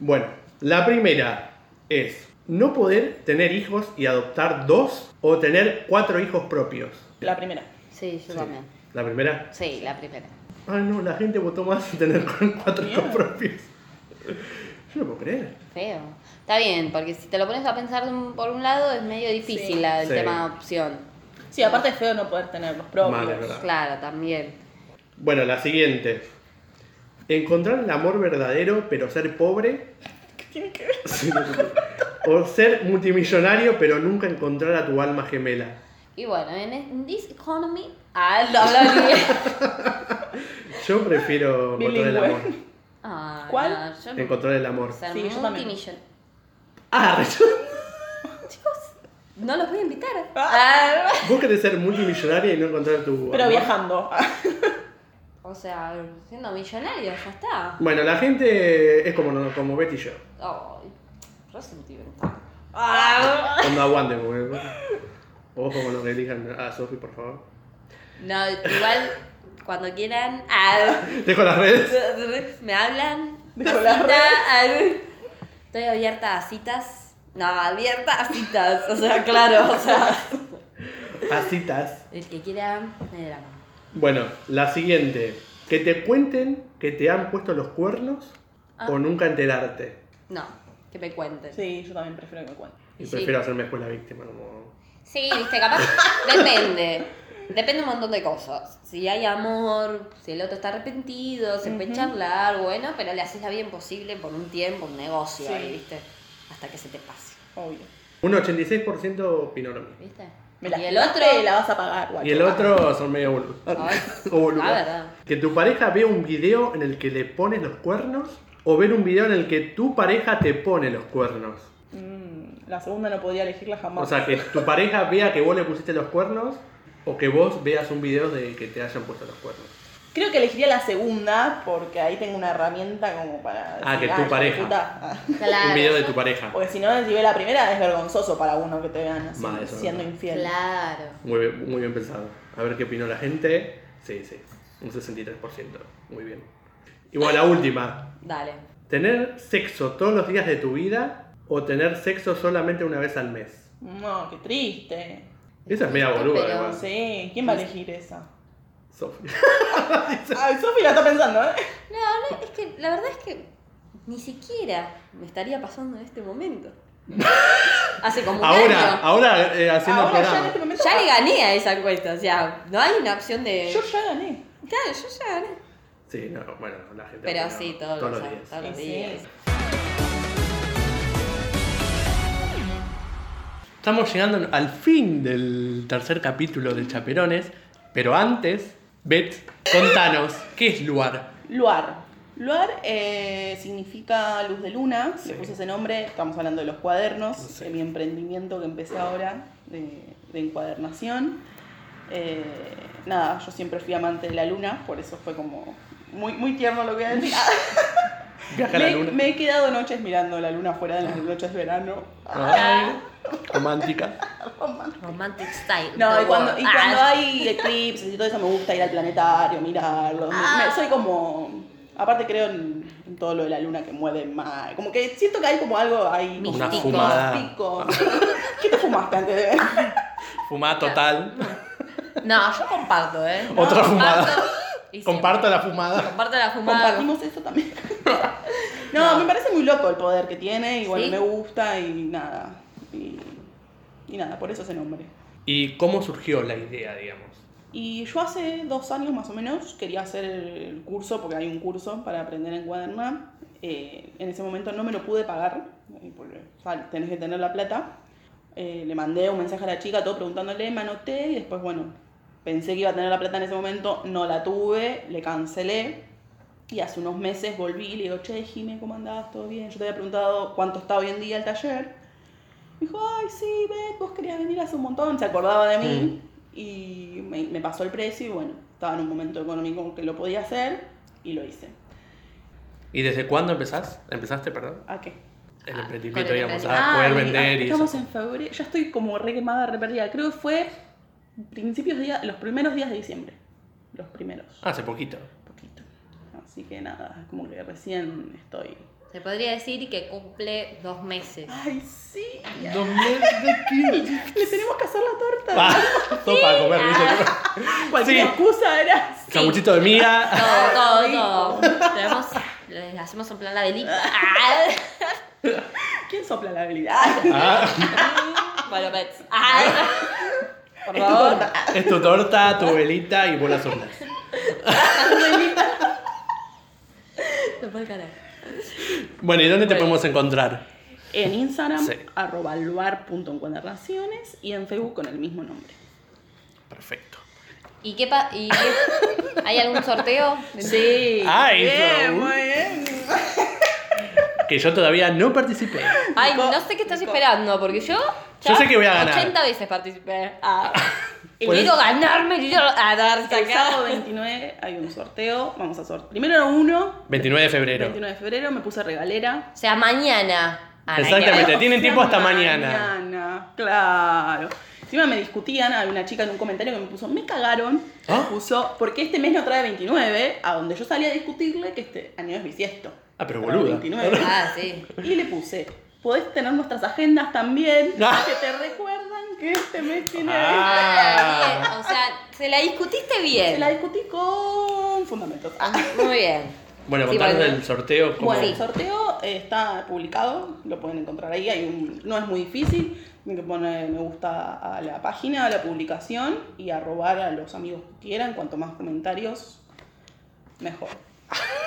Speaker 2: Bueno, la primera es no poder tener hijos y adoptar dos o tener cuatro hijos propios.
Speaker 3: La primera.
Speaker 1: Sí, yo
Speaker 2: Sí.
Speaker 1: también.
Speaker 2: La primera.
Speaker 1: Sí, la primera.
Speaker 2: Ah, no, la gente votó más tener cuatro hijos
Speaker 3: Mierda.
Speaker 2: propios. Yo no puedo creer.
Speaker 1: Feo. Está bien, porque si te lo pones a pensar de un- por un lado es medio difícil
Speaker 3: Sí.
Speaker 1: la- el
Speaker 2: Sí.
Speaker 1: tema opción.
Speaker 3: Sí, aparte es feo no poder tener los propios.
Speaker 2: Mal, es verdad.
Speaker 1: Claro, también.
Speaker 2: Bueno, la siguiente. Encontrar el amor verdadero pero ser pobre.
Speaker 3: ¿Qué tiene que ver?
Speaker 2: o ser multimillonario pero nunca encontrar a tu alma gemela.
Speaker 1: Y bueno, en e- in this economy... Ah, lo hablaba en inglés.
Speaker 2: Yo prefiero encontrar el
Speaker 3: Bilingüe.
Speaker 2: amor.
Speaker 1: Ah,
Speaker 3: ¿Cuál?
Speaker 1: no, yo no-
Speaker 2: Encontrar el amor.
Speaker 1: Ser
Speaker 3: Sí, yo también.
Speaker 1: multimillon-
Speaker 2: Ah,
Speaker 1: No los voy a invitar.
Speaker 3: Ah.
Speaker 1: Ah.
Speaker 2: vos querés ser multimillonaria y no encontrar tu
Speaker 3: Pero
Speaker 2: amor.
Speaker 3: viajando.
Speaker 1: O sea, siendo millonario, ya está.
Speaker 2: Bueno, la gente es como, como Betty y yo.
Speaker 1: Ay, resentimental. Ah.
Speaker 2: Cuando aguanten, porque- Ojo con lo que elijan a Sofi, por favor.
Speaker 1: No, igual cuando quieran, ah,
Speaker 2: Dejo las redes.
Speaker 1: me hablan.
Speaker 3: Dejo la
Speaker 1: cita,
Speaker 3: red.
Speaker 1: ah, estoy abierta a citas. No, abierta a citas. O sea, claro, o sea.
Speaker 2: A citas.
Speaker 1: El que quiera, me dé la mano.
Speaker 2: Bueno, la siguiente. Que te cuenten que te han puesto los cuernos
Speaker 1: Ah.
Speaker 2: o nunca enterarte.
Speaker 1: No, que me cuenten.
Speaker 3: Sí, yo también prefiero que me cuenten.
Speaker 2: Y
Speaker 1: Sí.
Speaker 2: prefiero hacerme después la víctima. Como...
Speaker 1: Sí, viste, capaz. Depende. Depende un montón de cosas. Si hay amor, si el otro está arrepentido, se puede
Speaker 3: Ujú.
Speaker 1: charlar, bueno, pero le haces la bien posible por un tiempo, un negocio
Speaker 3: Sí.
Speaker 1: ahí, viste. Hasta que se te pase,
Speaker 3: Obvio.
Speaker 2: Un 86% opinó lo mismo.
Speaker 1: viste.
Speaker 3: Me la
Speaker 1: y el otro.
Speaker 3: la vas a pagar, guacho.
Speaker 2: Y el otro son medio boludos.
Speaker 1: Ay,
Speaker 2: O boludas.
Speaker 1: la verdad.
Speaker 2: Que tu pareja vea un video en el que le pones los cuernos o ver un video en el que tu pareja te pone los cuernos.
Speaker 3: Mm, la segunda no podía elegirla jamás.
Speaker 2: O sea, que tu pareja vea que vos le pusiste los cuernos o que vos veas un video de que te hayan puesto los cuernos.
Speaker 3: Creo que elegiría la segunda porque ahí tengo una herramienta como para.
Speaker 2: Ah, que tu
Speaker 3: hijo de
Speaker 2: pareja".
Speaker 3: puta". Ah.
Speaker 1: Claro.
Speaker 2: Un video de tu pareja.
Speaker 3: Porque si no, si ve la primera es vergonzoso para uno que te vean así,
Speaker 2: Mal, eso es
Speaker 3: siendo
Speaker 2: verdad.
Speaker 3: infiel.
Speaker 1: Claro.
Speaker 2: Muy bien, muy bien pensado. A ver qué opinó la gente. Sí, sí. Un 63%. Muy bien. Y bueno, la última.
Speaker 1: Dale.
Speaker 2: ¿Tener sexo todos los días de tu vida o tener sexo solamente una vez al mes?
Speaker 3: No, qué triste.
Speaker 2: Esa es media boluda,
Speaker 1: Pero-
Speaker 2: igual.
Speaker 3: Sí, ¿quién va a elegir esa?
Speaker 2: Sofi.
Speaker 3: Ay, Sofi la está pensando, ¿eh?
Speaker 1: No, no, es que la verdad es que ni siquiera me estaría pasando en este momento. Hace como un
Speaker 2: Ahora,
Speaker 1: año.
Speaker 3: ah.
Speaker 2: ahora eh, haciendo
Speaker 3: Ahora
Speaker 2: el
Speaker 3: ya en
Speaker 2: programa.
Speaker 3: este momento.
Speaker 1: Ya le gané a esa encuesta, o sea, no hay una opción de.
Speaker 3: Yo ya gané.
Speaker 1: Claro, yo ya gané.
Speaker 2: Sí, no, bueno, la gente.
Speaker 1: Pero
Speaker 2: opinó
Speaker 1: sí, todos, los, días. Todos los
Speaker 3: Sí,
Speaker 1: días.
Speaker 3: sí.
Speaker 2: Estamos llegando al fin del tercer capítulo de Chaperones, pero antes, Bet, contanos, ¿qué es Luar?
Speaker 3: Luar. Luar eh, significa luz de luna, le puse ese nombre, estamos hablando de los cuadernos,
Speaker 2: Sí.
Speaker 3: de mi emprendimiento que empecé ahora de, de encuadernación. Eh, nada, yo siempre fui amante de la luna, por eso fue como muy, muy tierno lo que voy a decir.
Speaker 2: Viaja a la
Speaker 3: me,
Speaker 2: luna.
Speaker 3: me he quedado noches mirando la luna fuera de las noches de verano. Ah.
Speaker 2: Ay, romántica.
Speaker 1: Romantic style.
Speaker 3: No, y cuando, y
Speaker 1: Ah,
Speaker 3: cuando hay eclipses y todo eso me gusta ir al planetario, mirarlo. Me-
Speaker 1: Ah.
Speaker 3: me- soy como. Aparte creo en, en todo lo de la luna que mueve mal. Como que siento que hay como algo ahí.
Speaker 1: Místico.
Speaker 2: Una
Speaker 1: Pico,
Speaker 2: fumada. Ah.
Speaker 3: Pico. ¿Qué te fumaste antes de ver?
Speaker 2: Fumada total.
Speaker 1: No, yo comparto, ¿eh?
Speaker 2: Otra
Speaker 1: Comparto
Speaker 2: fumada.
Speaker 1: y sí.
Speaker 2: Comparto la fumada.
Speaker 1: Comparto la fumada.
Speaker 3: Compartimos eso también. No, me parece muy loco el poder que tiene y bueno,
Speaker 1: Sí.
Speaker 3: me gusta y nada. Y, y nada, por eso ese nombre.
Speaker 2: ¿Y cómo surgió la idea, digamos?
Speaker 3: Y yo hace dos años más o menos quería hacer el curso, porque hay un curso para aprender en cuaderna. Eh, en ese momento no me lo pude pagar, eh, porque, o sea, tenés que tener la plata. Eh, le mandé un mensaje a la chica, todo preguntándole, me anoté y después, bueno, pensé que iba a tener la plata en ese momento, no la tuve, le cancelé. Y hace unos meses volví y le digo, che, Jimé, ¿cómo andás? ¿Todo bien? Yo te había preguntado cuánto está hoy en día el taller. Me dijo, ay, sí, ven, vos querías venir hace un montón, se acordaba de mí. Y me, me pasó el precio y bueno, estaba en un momento económico que lo podía hacer y lo hice.
Speaker 2: ¿Y desde cuándo empezás? ¿Empezaste, perdón?
Speaker 3: ¿A qué?
Speaker 2: El
Speaker 1: Ah,
Speaker 2: emprendimiento,
Speaker 1: con el
Speaker 2: digamos, a
Speaker 1: emprendimiento.
Speaker 2: poder
Speaker 3: Ay,
Speaker 2: vender
Speaker 3: ah,
Speaker 2: y
Speaker 3: Estamos
Speaker 2: eso.
Speaker 3: en febrero, ya estoy como re quemada, re perdida. Creo que fue principios de los primeros días de diciembre. Los primeros,
Speaker 2: Ah, Hace poquito.
Speaker 3: poquito. Así que nada, como que recién estoy.
Speaker 1: Se podría decir que cumple dos meses.
Speaker 3: ¡Ay, sí!
Speaker 2: 2015.
Speaker 3: Le tenemos que hacer la torta.
Speaker 2: Ah, Todo para comer, ¿viste?
Speaker 3: Cualquier
Speaker 2: sí.
Speaker 3: excusa era.
Speaker 2: Chamuchito de miga.
Speaker 1: Todo,
Speaker 3: Ay,
Speaker 1: todo, todo. Tenemos- le hacemos un plan la delita. Ah.
Speaker 3: ¿Quién sopla la habilidad?
Speaker 2: Ah,
Speaker 1: Bueno, Pets. Ah. Por
Speaker 3: Es tu
Speaker 1: favor. Ah.
Speaker 3: torta.
Speaker 2: es tu torta, tu velita y bolas ondas.
Speaker 1: Te fue el carajo.
Speaker 2: Bueno, ¿y dónde te podemos encontrar?
Speaker 3: En Instagram,
Speaker 2: Sí.
Speaker 3: arroba luar.encuadernaciones y en Facebook con el mismo nombre.
Speaker 2: Perfecto.
Speaker 1: ¿Y qué pa y qué- ¿Hay algún sorteo?
Speaker 3: Sí.
Speaker 2: Ay, Raúl.
Speaker 3: bien, muy bien.
Speaker 2: Que yo todavía no participé.
Speaker 1: Ay,
Speaker 3: Nico,
Speaker 1: no sé qué estás
Speaker 3: Nico.
Speaker 1: esperando, porque yo. ya
Speaker 2: Yo sé que voy a ganar.
Speaker 1: 80 veces participé. Ah. Y
Speaker 2: Pues-
Speaker 1: quiero ganarme, quiero a dar
Speaker 3: El sábado
Speaker 1: sacado.
Speaker 3: 29 hay un sorteo. Vamos a sortear. Primero era uno,
Speaker 2: 29 de febrero.
Speaker 3: 29 de febrero, me puse regalera.
Speaker 1: O sea, mañana. Ah,
Speaker 2: Exactamente.
Speaker 1: mañana.
Speaker 2: tienen
Speaker 3: O sea,
Speaker 2: tiempo hasta mañana.
Speaker 3: Mañana, claro. Encima me discutían, hay una chica en un comentario que me puso, me cagaron.
Speaker 2: ¿Ah?
Speaker 3: Puso, porque este mes no trae 29, a donde yo salí a discutirle que este año es bisiesto.
Speaker 2: Ah, pero
Speaker 3: Trae
Speaker 2: boluda.
Speaker 3: 29.
Speaker 1: Ah, sí.
Speaker 3: Y le puse, podés tener nuestras agendas también,
Speaker 2: Ah.
Speaker 3: que te recuerdan que este mes tiene...
Speaker 1: Ah,
Speaker 2: Ah,
Speaker 1: bien. O sea, se la discutiste
Speaker 3: Se la
Speaker 1: bien.
Speaker 3: discutí con fundamentos. Ah.
Speaker 1: Muy bien.
Speaker 2: bueno,
Speaker 1: Sí,
Speaker 2: contanos
Speaker 1: bueno.
Speaker 2: del sorteo. ¿cómo?
Speaker 3: Bueno, el sorteo eh, está publicado, lo pueden encontrar ahí, hay un, no es muy difícil, tienen que poner me gusta a la página, a la publicación y a robar a los amigos que quieran, cuanto más comentarios, mejor.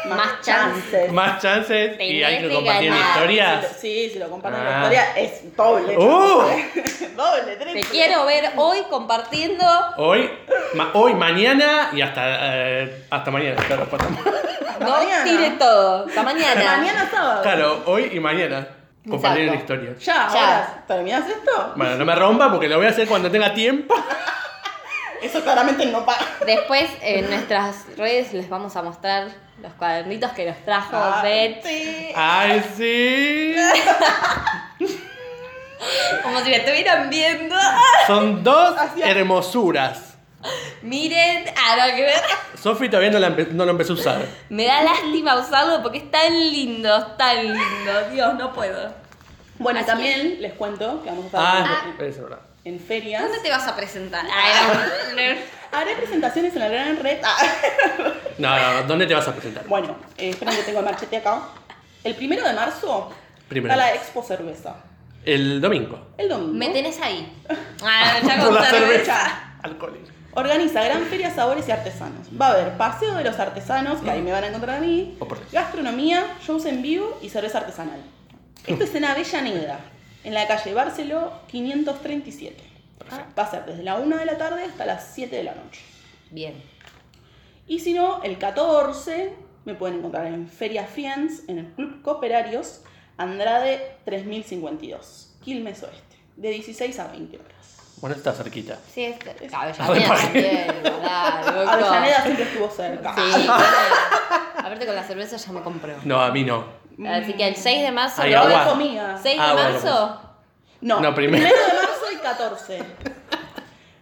Speaker 1: Más chances.
Speaker 2: Más chances y hay que
Speaker 1: Tenés
Speaker 2: compartir en
Speaker 1: regalado.
Speaker 2: historias.
Speaker 3: Sí, si lo comparten
Speaker 2: Ah.
Speaker 3: la historia es doble.
Speaker 2: ¡Uh!
Speaker 3: chance. doble,
Speaker 1: Te
Speaker 3: triple.
Speaker 1: quiero ver hoy compartiendo.
Speaker 2: Hoy, ma- hoy, mañana y hasta, eh, hasta mañana. Claro, hasta ma-
Speaker 3: Hasta
Speaker 1: No
Speaker 3: mañana.
Speaker 1: tire todo. Hasta mañana.
Speaker 3: Mañana sábado.
Speaker 2: claro, hoy y mañana. Compartir en
Speaker 1: Exacto.
Speaker 2: historias.
Speaker 3: Ya,
Speaker 1: Ya.
Speaker 3: ahora, ¿terminás esto?
Speaker 2: Bueno, no me rompa porque lo voy a hacer cuando tenga tiempo.
Speaker 3: Eso claramente no pasa.
Speaker 1: Después en nuestras redes les vamos a mostrar los cuadernitos que nos trajo
Speaker 3: Ah,
Speaker 1: Bet.
Speaker 3: sí.
Speaker 2: ¡Ay, sí!
Speaker 1: Como si me estuvieran viendo.
Speaker 2: Son dos
Speaker 3: Hacia-
Speaker 2: hermosuras.
Speaker 1: Miren, ah, no, que ver.
Speaker 2: Sofi todavía no, la empe- no lo empezó a usar.
Speaker 1: Me da lástima usarlo porque es tan lindo, es tan lindo. Dios, no puedo.
Speaker 3: Bueno,
Speaker 1: Así
Speaker 3: también les cuento que vamos a estar
Speaker 2: Ah,
Speaker 3: en,
Speaker 2: es verdad.
Speaker 3: en ferias.
Speaker 1: ¿Dónde te vas a presentar? Ah, era un-
Speaker 3: Haré presentaciones en la gran red. Ah.
Speaker 2: No, no, no, ¿dónde te vas a presentar?
Speaker 3: Bueno, eh, esperen que tengo el marchete acá. El primero de marzo
Speaker 2: Primero.
Speaker 3: está la Expo Cerveza.
Speaker 2: El domingo.
Speaker 3: El domingo.
Speaker 1: Me tenés ahí. Ah, ya
Speaker 2: Por
Speaker 1: con
Speaker 2: la
Speaker 1: cerveza.
Speaker 2: cerveza. Alcohólica.
Speaker 3: Organiza Gran Feria Sabores y Artesanos. Va a haber paseo de los artesanos, que ahí me van a encontrar a mí,
Speaker 2: O Oh, por-
Speaker 3: gastronomía, shows en vivo y cerveza artesanal. Esto es en Avellaneda, en la calle Barceló 537. Va a ser desde la 1 de la tarde hasta las 7 de la noche.
Speaker 1: Bien.
Speaker 3: Y si no, el 14 me pueden encontrar en Feria Friends, en el Club Cooperarios, Andrade 3052, Quilmes Oeste, de 16 a 20 horas.
Speaker 2: Bueno, está cerquita.
Speaker 1: Sí, este.
Speaker 2: Ay,
Speaker 1: Avellaneda
Speaker 2: ¿para
Speaker 1: también, ¿verdad? loco.
Speaker 3: Avellaneda siempre estuvo cerca.
Speaker 1: Sí. bueno. Aparte con la cerveza ya me compró.
Speaker 2: No, a mí no.
Speaker 1: Así que el 6 de marzo.
Speaker 2: Ay,
Speaker 1: ¿no?
Speaker 2: agua.
Speaker 3: comía.
Speaker 1: 6 de
Speaker 2: Ah, bueno,
Speaker 1: marzo.
Speaker 3: No,
Speaker 2: No, primero.
Speaker 3: primero. de marzo y 14.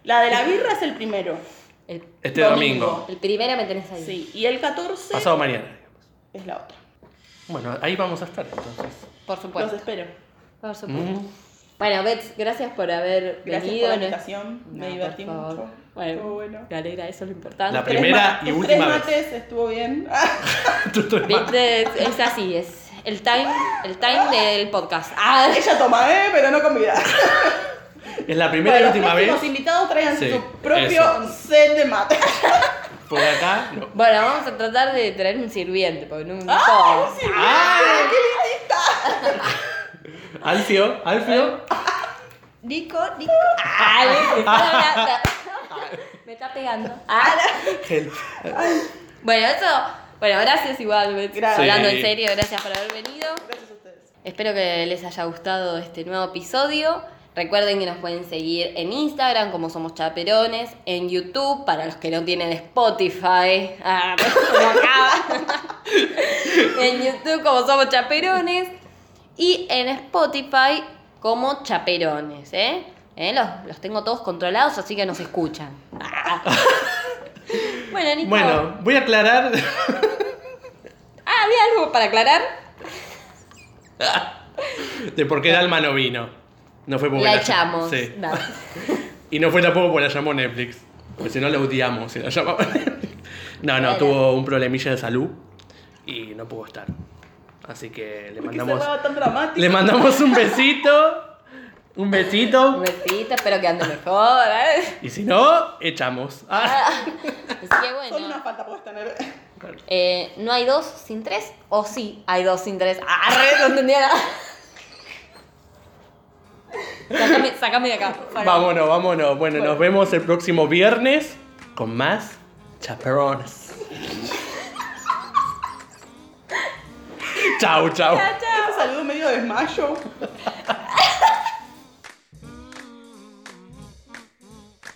Speaker 3: La de la birra es el primero.
Speaker 1: El,
Speaker 2: Este domingo.
Speaker 3: Domingo.
Speaker 1: el primero me tenés ahí.
Speaker 3: Sí, y el 14
Speaker 2: Pasado mañana.
Speaker 3: es la otra.
Speaker 2: Bueno, ahí vamos a estar entonces.
Speaker 1: Por
Speaker 3: Los
Speaker 1: supuesto.
Speaker 3: espero.
Speaker 1: Por supuesto.
Speaker 2: Mm.
Speaker 1: Bueno, Bets, gracias por haber
Speaker 3: Gracias
Speaker 1: venido.
Speaker 3: por
Speaker 1: ¿no?
Speaker 3: la invitación.
Speaker 1: No,
Speaker 3: me
Speaker 1: por
Speaker 3: divertí
Speaker 1: favor.
Speaker 3: mucho.
Speaker 1: Bueno.
Speaker 3: Estuvo bueno.
Speaker 1: Me alegra, eso es lo importante.
Speaker 2: La
Speaker 3: Tres
Speaker 2: Primera
Speaker 3: ma-
Speaker 2: y
Speaker 3: tus
Speaker 2: última
Speaker 3: tres
Speaker 2: vez.
Speaker 3: mates estuvo bien. Ah,
Speaker 2: Tú estoy mal.
Speaker 1: Viste, es, es así, es el time, el time del podcast. Ah,
Speaker 3: Ella toma, ¿eh? Pero no convida.
Speaker 2: Es la primera y
Speaker 3: Bueno,
Speaker 2: última
Speaker 3: los
Speaker 2: vez.
Speaker 3: próximos invitados traigan
Speaker 2: Sí,
Speaker 3: su propio
Speaker 2: eso.
Speaker 3: set de mate.
Speaker 2: Por acá, no.
Speaker 1: bueno, vamos a tratar de traer un sirviente, porque no
Speaker 3: ¡Ah! sí,
Speaker 2: ¡Ah!
Speaker 3: ¡Qué lindita!
Speaker 2: Alfio, Alfio.
Speaker 1: Nico, Nico. Ah, me está hablando. me está pegando. Ah.
Speaker 2: Help.
Speaker 1: Bueno, eso Bueno, gracias igual, Betsy.
Speaker 3: Gracias.
Speaker 1: hablando
Speaker 2: Sí.
Speaker 1: en serio, gracias por haber venido.
Speaker 3: Gracias a ustedes.
Speaker 1: Espero que les haya gustado este nuevo episodio. Recuerden que nos pueden seguir en Instagram como Somos Chaperones, en YouTube para los que no tienen Spotify. Ah, me acaba. en YouTube como Somos Chaperones y en Spotify como Chaperones, ¿eh? ¿Eh? Los, los tengo todos controlados, así que nos escuchan. Ah. Bueno, Nico.
Speaker 2: Bueno, voy a aclarar.
Speaker 1: Ah, había algo para aclarar.
Speaker 2: de por qué Dalma no vino. No fue porque
Speaker 1: La echamos.
Speaker 2: Sí.
Speaker 1: No.
Speaker 2: Y no fue tampoco porque la llamó Netflix. Porque si no la odiamos si la llamaba Netflix. No, no,
Speaker 1: Claro.
Speaker 2: tuvo un problemilla de salud y no pudo estar. Así que le
Speaker 3: ¿Por qué
Speaker 2: mandamos.
Speaker 3: cerraba tan dramático?
Speaker 2: Le mandamos un besito. Un
Speaker 1: Un
Speaker 2: besito.
Speaker 1: besito, espero que ande mejor. ¿eh?
Speaker 2: Y si no, echamos. Ah.
Speaker 1: Así que
Speaker 3: Solo una
Speaker 1: bueno.
Speaker 3: falta puedes tener.
Speaker 1: eh, ¿No hay dos sin tres? ¿O sí hay dos sin tres? ¡Arre! No entendía nada. Sácame, sácame de acá. por favor.
Speaker 2: Vámonos, vámonos. Bueno, nos vemos el próximo viernes con más chaperones. chau, chau.
Speaker 3: Este Ese saludo medio desmayo.